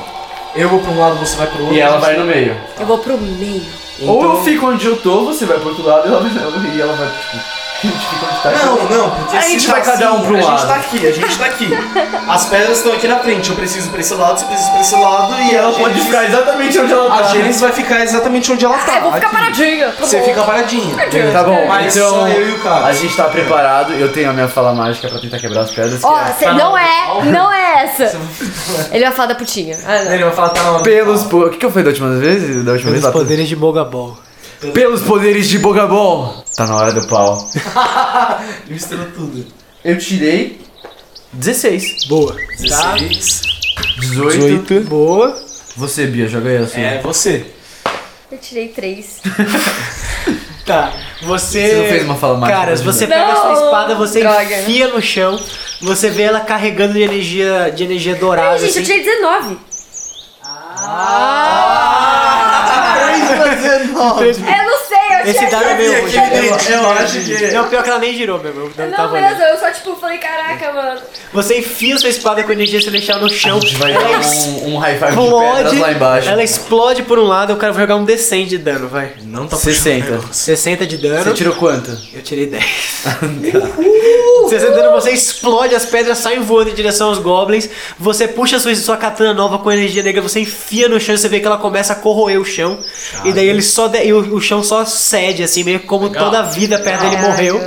F: Eu vou pra um lado, você vai pro outro.
C: E ela vai no meio.
B: Eu vou pro meio.
D: então-
C: Ou eu fico onde eu tô, você vai pro outro lado e ela vai, no meio, e ela vai tipo. A gente fica onde tá.
D: Não, não, porque
C: A
D: se
C: gente
D: tá
C: vai cada um pro
D: A
C: lado.
D: gente tá aqui, a gente tá aqui. As pedras estão aqui na frente. Eu preciso pra esse lado, você precisa pra esse lado e ela pode ficar.
C: exatamente onde ela
D: A Gênesis vai ficar exatamente onde ela tá.
B: Ah, eu vou ficar
D: aqui.
B: paradinha. Tá
D: Você
B: bom.
D: fica paradinho.
C: Tá bom,
D: Mas
C: então.
D: é só eu e o cara.
C: A gente tá preparado, eu tenho a minha fala mágica pra tentar quebrar as pedras.
B: Ó,
C: que é-
B: cê- não é, não é essa. Ele vai falar da putinha. Ah, não.
D: Ele vai falar, tá na hora.
C: Pelos po... O que, que eu falei da última vez? Da última vez
A: Pelos
C: lá?
A: poderes de Mogabol.
C: Pelos poderes de Bogabol! Tá na hora do pau.
D: Misturou tudo.
C: Eu tirei 16.
A: Boa. Tá,
D: 16.
C: 18.
A: boa.
C: Você, Bia, joga aí a sua.
D: É você.
B: Eu tirei três.
A: Tá, você.
C: Você não fez uma fala mágica
A: Caras,
C: pra
A: você
B: ajudar.
A: pega a sua
B: Não,
A: espada, você
B: droga.
A: enfia no chão, você vê ela carregando de energia, de energia dourada.
B: Ai, gente, eu
A: assim.
B: tirei 19.
A: Ah,
B: Eu não sei, eu
A: Esse
B: tirei.
A: dado é meu,
B: eu
A: hoje.
B: tirei-
D: Eu acho que.
A: Não, pior que ela nem girou, meu Tá irmão. Não,
B: Não,
A: tava
B: beleza,
A: olhando.
B: eu só tipo falei, caraca, mano.
A: Você enfia sua espada com energia celestial no chão.
C: A gente vai
A: ela
C: dar um, um high five de
A: explode.
C: pedras lá embaixo.
A: Ela explode por um lado, eu quero jogar um D100 de dano, vai.
D: Não tá
C: 60.
A: 60 de
C: Você
A: dano.
C: tirou quanto?
A: Eu tirei 10. Você sentando, você explode, as pedras saem voando em direção aos goblins. Você puxa sua, sua katana nova com energia negra, você enfia no chão e você vê que ela começa a corroer o chão. E daí ele só. de- e o, o chão só cede, assim, meio que como toda a vida perto dele morreu.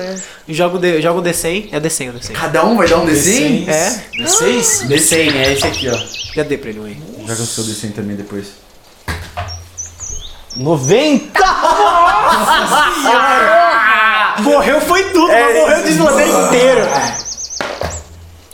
A: Joga um, D, joga um D100. É D100, é D100.
C: Cada um vai dar um desenho?
A: É,
D: D6?
C: Desenho, é esse aqui, ó.
A: já dei pra ele um aí.
C: Joga o seu desenho também depois.
D: 90!
A: Morreu foi tudo,
C: É,
A: mas morreu de desbloqueio inteiro.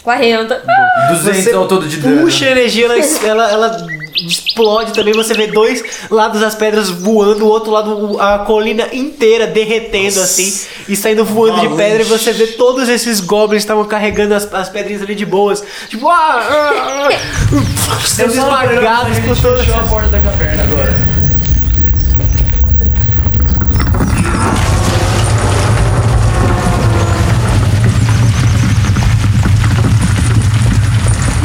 B: 40.
C: 200
A: Você
C: ao é então, todo de dano.
A: Puxa a energia, ela, ela, ela explode também. Você vê dois lados das pedras voando, o outro lado, o- a colina inteira derretendo assim e saindo voando de pedra. E você vê todos esses goblins que estavam carregando as, as pedrinhas ali de boas, tipo, ah, ah, ah, sendo esmagados por todas.
C: a porta da caverna agora.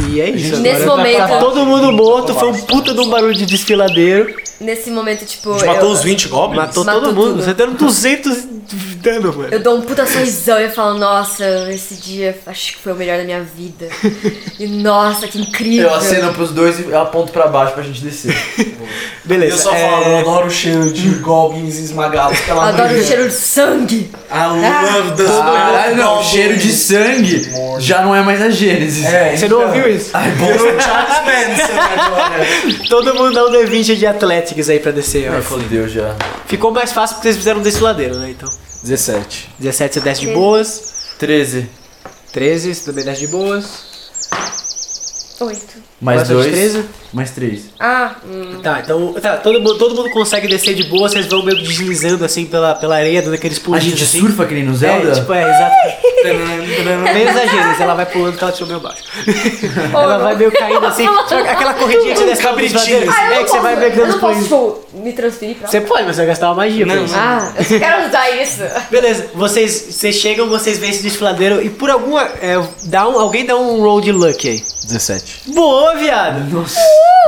A: E é isso.
B: Nesse
A: agora
B: momento-
A: Tá todo mundo morto, foi um puta de um barulho de desfiladeiro.
B: Nesse momento, tipo.
F: A gente matou
B: eu,
F: os 20 goblins?
A: Matou,
B: Matou
A: todo mundo.
B: tudo.
A: Você deu 200 de dano, mano.
B: eu dou um puta sorrisão e eu falo, nossa, esse dia acho que foi o melhor da minha vida. E nossa, que incrível.
C: Eu aceno pros dois e aponto pra baixo pra gente descer.
A: Beleza.
D: Eu só
A: é,
D: falo, eu adoro o cheiro de goblins esmagados
B: Eu
D: pela
B: adoro o
D: manhã.
B: cheiro de Ah, sangue.
D: I love this
C: Caralho, não, cheiro de sangue já não é mais a Gênesis.
D: É,
A: Você não ouviu isso?
D: Virou Charles Manson né, agora.
A: Todo mundo dá um D20 de Athletics aí pra descer. ó.
C: É, Fodeu já.
A: Ficou mais fácil porque vocês fizeram um desfiladeiro, né? Então.
C: 17.
A: 17 você desce de boas.
C: 13.
A: 13, você também desce de boas.
B: Oito.
C: Mais
A: Gosta de
C: 2.
A: 13?
C: Mais 3.
B: Ah, hum.
A: Tá, então. Tá, todo mundo, todo mundo consegue descer de boa, vocês vão meio que deslizando assim pela, pela areia, dando aqueles
C: A
A: pulinhos
C: gente
A: assim.
C: surfa que nem no Zelda?
A: É, tipo, é, exato. Não é exagero, ela vai pulando que ela tirou meio baixo. ela vai meio caindo assim, sabe aquela corridinha que você desce pelos
D: Cabritinho.
A: vadeiros.
G: Ah, eu não
A: É que você
G: posso-
A: vai pegando
G: Eu
A: os
G: não posso,
A: pulinhos.
G: tipo, me transferir pra
A: Você pode, mas você vai É. gastar uma magia pra
D: Não,
A: isso.
G: Ah, eu só quero usar isso.
A: Beleza, vocês, vocês chegam, vocês veem esse desfiladeiro e por alguma. é, dá um, alguém dá um roll de luck aí.
E: 17.
A: Boa, viado! Nossa!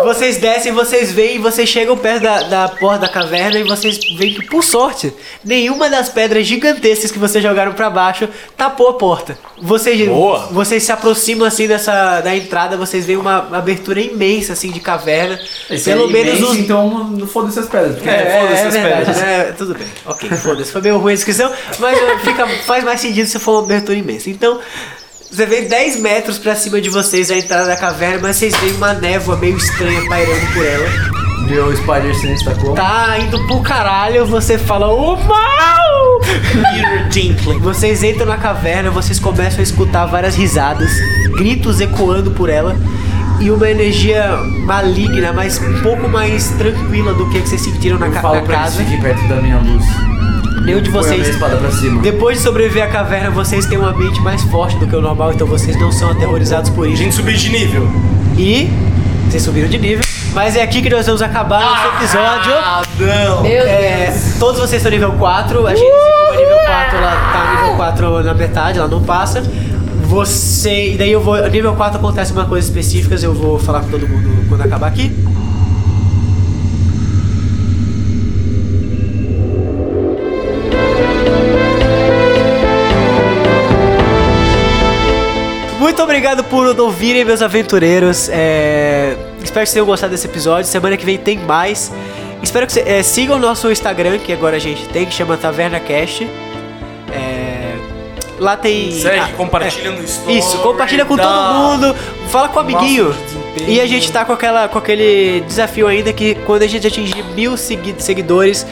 A: Vocês descem, vocês veem, vocês chegam perto da, da porta da caverna e vocês veem que, por sorte, nenhuma das pedras gigantescas que vocês jogaram pra baixo tapou a porta. Vocês,
E: Boa.
A: vocês se aproximam assim dessa da entrada, vocês veem uma, uma abertura imensa assim de caverna. Pelo menos
C: imenso,
A: uns
C: Então, não foda-se as pedras. porque
A: é,
C: foda-se
A: é, é
C: as
A: verdade,
C: pedras.
A: né? Tudo bem. Ok, foda-se. Foi meio ruim a descrição, mas eh, fica, faz mais sentido se for uma abertura imensa. Então, você vê 10 metros pra cima de vocês a entrada da caverna, mas vocês veem uma névoa meio estranha pairando por ela.
C: Meu Spider Sense tá como?
A: Tá indo pro caralho, você fala, o mal!
D: Peter Tinkling.
A: Vocês entram na caverna, vocês começam a escutar várias risadas, gritos ecoando por ela e uma energia maligna, mas um pouco mais tranquila do que, que vocês sentiram na,
C: Eu
A: ca-
C: falo
A: na
C: pra eles
A: casa.
C: fiquem perto da minha luz.
A: Nenhum de
C: Põe a minha
A: vocês.
C: espada pra cima.
A: Depois de sobreviver à caverna, vocês têm uma mente mais forte do que o normal, então vocês não são aterrorizados por
D: A
A: isso.
D: gente subiu de nível.
A: E vocês subiram de nível. Mas é aqui que nós vamos acabar nosso episódio.
D: não.
G: Ah, Meu
A: É,
G: Deus. Uh!
A: todos vocês são nível 4. A gente como é nível 4, ela tá nível 4 na metade, ela não passa. Você. E daí eu vou. Nível 4 acontece uma coisa específica, eu vou falar com todo mundo quando acabar aqui. Muito obrigado por ouvirem, meus aventureiros. É, Espero que vocês tenham gostado desse episódio. Semana que vem tem mais. Espero que vocês é, sigam o nosso Instagram, que agora a gente tem, que chama TavernaCast. É, Lá tem.
D: Segue,
A: ah,
D: compartilha no story.
A: isso, compartilha com
D: dá-
A: todo mundo, fala com o amiguinho.
D: Nosso desempenho.
A: E a gente tá com, aquela, com aquele desafio ainda que quando a gente atingir mil segui- seguidores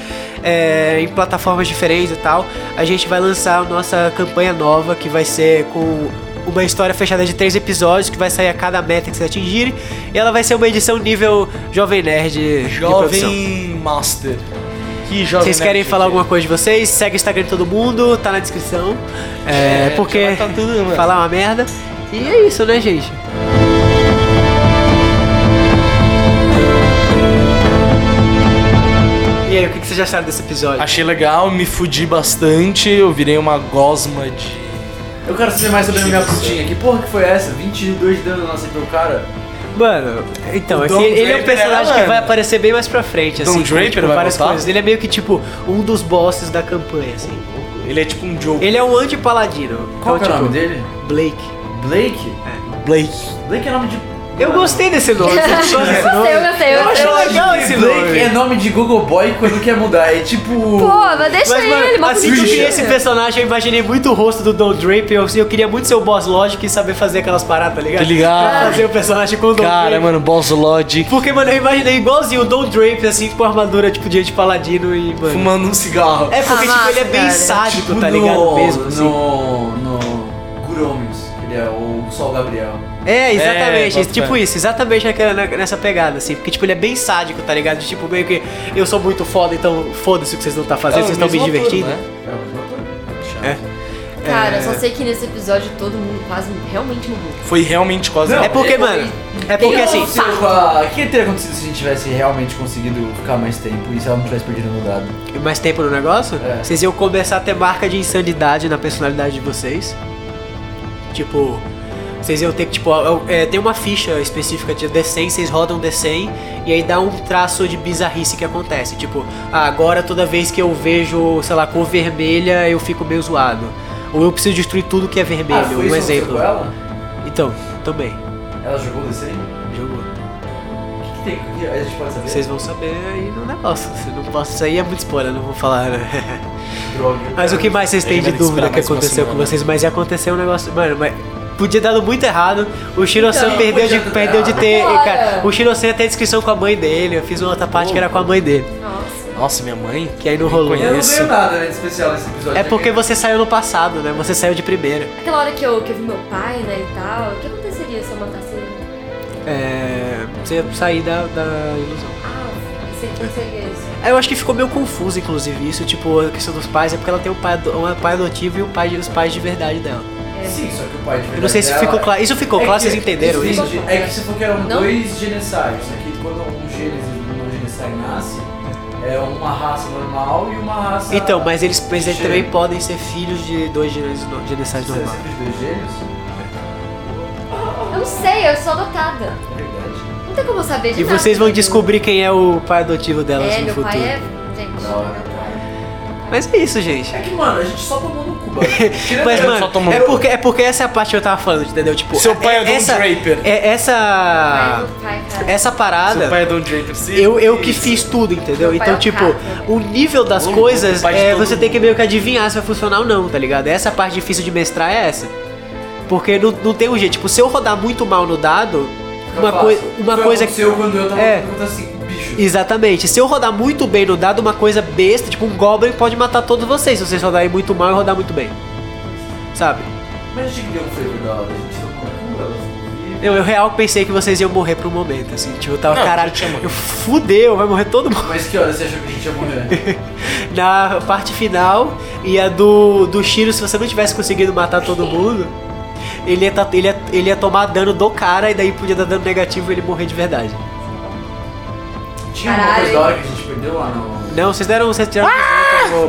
A: é, em plataformas diferentes e tal, a gente vai lançar a nossa campanha nova que vai ser com uma história fechada de três episódios que vai sair a cada meta que vocês atingirem. E ela vai ser uma edição nível Jovem Nerd. de produção.
D: Jovem Master. Que jovem
A: Vocês
D: Nerd
A: querem
D: que
A: falar
D: é.
A: alguma coisa de vocês? Segue o Instagram de todo mundo, tá na descrição. É,
D: É,
A: porque
D: já tá tudo, mano.
A: falar uma merda. E é isso, né, gente? E aí, o que que vocês acharam desse episódio?
D: Achei legal, me fudi bastante, eu virei uma gosma de.
C: Eu quero saber mais sobre a minha putinha. Que porra que foi essa? 22 de dano nossa pro cara.
A: Mano, então,
D: O
A: é que
D: Don
A: ele é um
D: Draper
A: personagem
D: era,
A: que
D: mano.
A: vai aparecer bem mais pra frente,
D: Don
A: assim. com,
D: Draper
A: tipo,
D: vai
A: várias
D: voltar?
A: coisas. Ele é meio que tipo um dos bosses da campanha, assim.
D: Ele é tipo um Joe
A: Ele é um anti-paladino.
C: Qual que é
A: então,
C: o nome
A: tipo,
C: dele?
A: Blake.
C: Blake?
D: Blake.
C: Blake é nome de.
A: Eu gostei desse nome, você gostou desse
G: Eu
A: nome?
G: gostei, eu gostei, eu
A: Eu achei
G: gostei.
A: legal esse
C: Blake
A: nome.
C: é nome de Google Boy quando quer mudar. É tipo.
G: Pô, mas deixa
A: Mas, mano,
G: ele, é mas
A: assim que eu vi
G: bonitinho.
A: esse personagem, eu imaginei muito o rosto do Don Draper. Eu, assim, eu queria muito ser o Boss Logic e saber fazer aquelas paradas, tá ligado?
D: Tá ligado.
A: Pra fazer o personagem com o Don
D: Cara,
A: Draper.
D: mano, Boss Logic
A: Porque, mano, eu imaginei igualzinho o Don Draper, assim, com armadura, tipo, de paladino e, mano...
D: fumando um cigarro.
A: É, porque,
G: Ah,
A: tipo, ele
G: massa,
A: é bem
G: cara.
A: sádico,
C: tipo
A: tá
C: no-
A: ligado? Mesmo, assim.
C: No. No. Guromes. Ele é o Sol Gabriel.
A: É, exatamente.
D: É,
A: isso, tipo
D: bota fé.
A: isso, exatamente naquela- na- nessa pegada, assim. Porque, tipo, ele é bem sádico, tá ligado? De, Tipo, meio que eu sou muito foda, então foda-se o que vocês não estão fazendo, vocês estão me
D: né?
A: divertindo.
C: É o mesmo ator.
A: É.
G: Cara, eu só sei que nesse episódio todo mundo quase realmente morreu.
D: Foi realmente quase.
C: Não.
A: É porque, mano, é porque
G: Tem
A: assim.
G: um-
C: Aconteceu com a- O que teria acontecido se a gente tivesse realmente conseguido ficar mais tempo e se ela não tivesse perdido no dado?
A: mais tempo no negócio,
C: É.
A: vocês iam começar a ter marca de insanidade na personalidade de vocês. Tipo, vocês iam ter que, tipo, ó, é, tem uma ficha específica de D100, vocês rodam D100 e aí dá um traço de bizarrice que acontece. Tipo, ah, agora toda vez que eu vejo, sei lá, cor vermelha, eu fico meio zoado. Ou eu preciso destruir tudo que é vermelho,
C: Ah, foi
A: um
C: isso que aconteceu
A: exemplo.
C: com Ela?
A: Então, também,
C: ela jogou o DC? O
A: jogou.
C: que, que tem? O que a gente pode saber?
A: Vocês vão saber aí no negócio. Se não posso, isso aí é muito spoiler, não vou falar, né?
C: Droga.
A: Mas o que mais vocês têm
D: Ele
A: de
D: vai ter que
A: dúvida
D: esperar
A: que
D: mais uma
A: aconteceu com
D: semana.
A: vocês? Mas ia acontecer um negócio. Mano, mas. Podia dar muito errado. O Shiro-san
C: Então,
A: perdeu,
C: podia
A: de,
C: dar
A: perdeu de ter.
G: errado.
A: Cara, o Shiro-san ia ter descrição com a mãe dele. Eu fiz uma outra parte que era com a mãe dele.
G: Nossa.
D: Nossa, minha mãe.
A: Que aí não rolou.
C: Eu não
D: Isso.
C: ganho nada né, de especial nesse episódio.
A: É porque você saiu no passado, né? Você saiu de primeira.
G: Aquela hora que eu, que eu vi meu pai, né, e tal, o que aconteceria se eu matasse ele?
A: É. Você ia sair da, da ilusão.
G: Ah, você consegue isso.
A: Eu acho que ficou meio é confuso, inclusive, isso. Tipo, a questão dos pais. É porque ela tem um pai, ado- um pai adotivo e um pai, os pais de verdade dela.
C: Sim, só que o pai de verdade
A: Eu não sei se
C: dela-
A: ficou claro. Isso ficou
C: É
A: claro,
C: que-
A: vocês entenderam
C: sim,
A: isso?
C: É que se for que eram
B: Não?
C: dois genessários, só que quando um Gênesis e um genessai nasce, é uma raça normal e uma raça.
A: Então, mas eles, mas eles
C: Gênio.
A: também podem ser filhos de dois gêneros no- genesais
C: Você é
A: normais.
C: sempre de dois gêmeos?
G: Eu não sei, eu sou adotada.
C: É verdade.
G: Não tem como eu saber de
A: E
G: nada. né?
A: vocês vão descobrir quem é o pai adotivo delas
G: É,
A: no
G: meu
A: futuro.
G: pai é. Gente.
C: Da hora, cara.
A: Mas é isso, gente.
C: É que, mano, a gente só tomou no Cuba.
A: Mas,
D: Eu
A: mano,
D: só tomo-
A: é porque, é porque essa é a parte que eu tava falando, entendeu? Tipo,
D: Seu pai é Don
A: essa,
D: Draper.
A: É essa.
G: Meu pai, cara.
A: Essa parada.
D: Seu pai é Don Draper, sim.
A: Eu, eu que fiz tudo, entendeu?
G: Meu pai é
A: Então,
G: um
A: tipo,
G: capo.
A: o nível das
D: Ô, louco,
A: coisas
D: pai de
A: é
D: todo
A: você tem que meio que adivinhar se vai funcionar ou não, tá ligado? Essa parte difícil de mestrar é essa. Porque não, não tem um jeito. Tipo, se eu rodar muito mal no dado, uma, coi uma coisa que.
C: aconteceu quando eu tava
A: É.
C: perguntando assim, bicho.
A: Exatamente. Se eu rodar muito bem no dado, uma coisa besta, tipo um Goblin pode matar todos vocês se vocês rodarem muito mal e rodar muito bem. Sabe?
C: Mas a gente deu um favor da hora, assim, a gente tomou no Cuba, ela ficou viva.
A: Eu, eu real pensei que vocês iam morrer por um momento, assim. Tipo, eu tava,
D: Não,
A: caralho,
D: já tinha morrido.
A: eu fudeu, vai morrer todo mundo.
C: Mas que hora você achou que a gente ia morrer?
A: na parte final e a do, do Shiro, se você não tivesse conseguido matar todo mundo, ele ia, tá- ele, ia, ele ia tomar dano do cara e daí podia dar dano negativo e ele morrer de verdade.
C: Tinha uma
G: Caralho.
C: coisa da hora que a gente perdeu lá não.
A: Não, vocês deram. Vocês tiraram. Ah!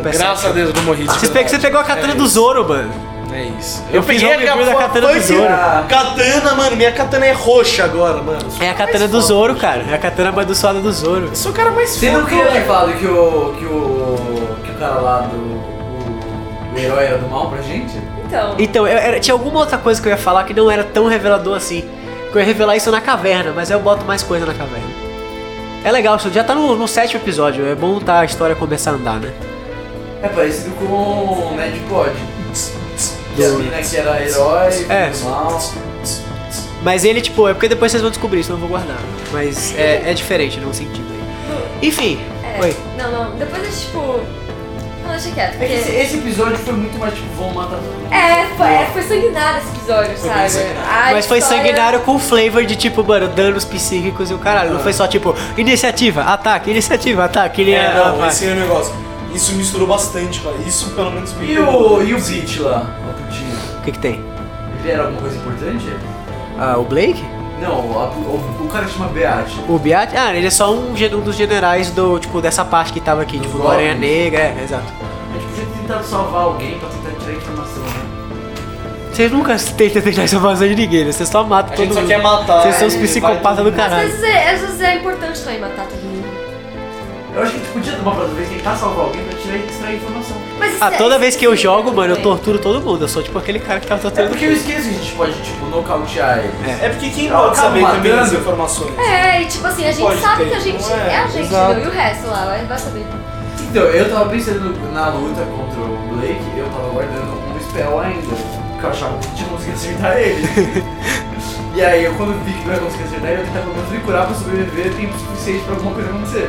D: Graças a Deus eu não morri. de
A: Vocês pe-
D: verdade.
A: você pegou a katana
D: É
A: do
D: isso.
A: Zoro, mano.
D: É isso.
A: Eu fiz uma
D: a
A: figura da
D: capa-
A: katana do
D: foi assim,
A: Zoro.
D: ah, Katana, mano. Minha katana é roxa agora, mano.
A: É a katana do Zoro, cara. É a katana amaldiçoada do Zoro.
D: Eu sou o cara mais
C: Você não
D: foda.
C: queria ter falado que o. que o. que o cara lá do. O, o herói era do mal pra gente?
G: Então.
A: Então, eu- era- tinha alguma outra coisa que eu ia falar que não era tão revelador assim. Que eu ia revelar isso na caverna, mas aí eu boto mais coisa na caverna. É legal, isso já tá no, no sétimo episódio. É bom tá a história começar a andar, né?
C: É parecido com o Mad God. Que a
A: Do-
C: mina que era herói,
A: É.
C: do mal.
A: Mas ele, tipo, é porque depois vocês vão descobrir, senão eu vou guardar. Mas é, é diferente, não sentido aí. Enfim,
G: É.
A: oi.
G: Não, não. Depois é tipo. Não, deixa quieto.
C: É que esse,
G: Porque...
C: esse episódio foi muito mais tipo, vão matar todo mundo.
G: É, foi, é, foi sanguinário esse episódio, sabe? A
A: Mas foi
G: história-
A: sanguinário com flavor de tipo, mano, danos psíquicos e o caralho. Não foi só tipo, iniciativa, ataque, iniciativa, ataque. ele-
D: É,
A: ah,
D: não,
A: vai.
D: esse é o negócio. Isso misturou bastante, cara. Isso pelo menos me
C: E o. e o Beat lá, o putinho?
A: O que que tem?
C: Ele era alguma coisa importante?
A: Ah, o Blake?
C: Não, a- o, o cara chama Beate.
A: O Biat? Ah, ele é só um, gen- um dos generais do, tipo, dessa parte que tava aqui, tipo, do
C: Goblins.
A: Aranha Negra, é, exato.
C: A gente podia ter tentado salvar alguém pra tentar tirar a informação, né?
A: Vocês nunca tentam deixar essa vazão de ninguém, né? Vocês só matam
D: A
A: todo
D: gente só
A: mundo.
D: quer matar.
A: Vocês são os
D: e
A: psicopatas
D: vai
A: do
D: tudo-
G: Às
A: caralho.
G: vezes, é, às vezes é importante também matar todo mundo.
C: Eu acho que a gente podia tomar pra outra vez tentar salvar alguém pra tirar e extrair a informação.
G: Mas isso
A: Ah,
G: é- né?
A: toda vez que eu
G: sim,
A: jogo, mano,
G: tudo
A: eu
G: bem.
A: torturo todo mundo. Eu sou tipo aquele cara que tava
C: É
A: torturando
C: porque eu esqueço que a gente pode, tipo, nocautear ele.
D: É porque quem
C: Acaba
D: pode saber também
C: matando.
D: as informações?
G: É, e tipo assim, a gente
D: Pode
G: sabe
D: ter,
G: que a gente
D: não é?
G: é, a gente,
D: Exato.
G: não, e o resto lá, vai vai saber.
C: Então, eu tava pensando na luta contra o Blake, eu tava guardando um spell ainda, porque eu achava que tinha conseguido acertar ele. e aí, eu, quando vi que não ia conseguir acertar ele, eu tentava pelo menos me curar pra sobreviver tempo suficiente pra alguma coisa acontecer.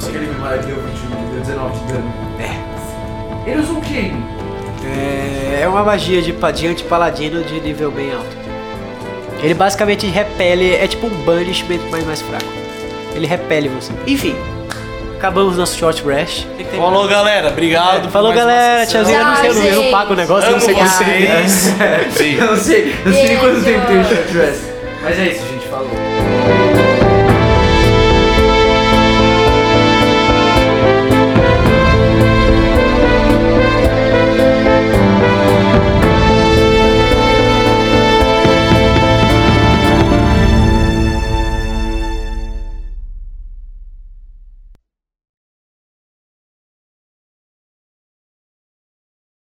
C: Só que ele me marcou deu 21, deu 19 de dano. É. Ele usou um game.
A: É, é uma magia de, pa- de anti-paladino de nível bem alto. Ele basicamente repele, é tipo um banishment, mas mais fraco. Ele repele você. Enfim, acabamos nosso short rest. Tem que terminar.
D: Falou, galera. Obrigado. por
A: Falou,
D: mais uma
A: galera.
D: sessão.
A: Tchauzinho. Eu não sei, eu não, eu não
G: Tchau,
A: pago o negócio, eu não
D: Amo É.
A: sei
G: vocês.
A: vocês.
C: Eu não sei, eu não sei nem quanto
G: Beijo.
C: tempo tem o short rest. Mas é isso, gente, falou.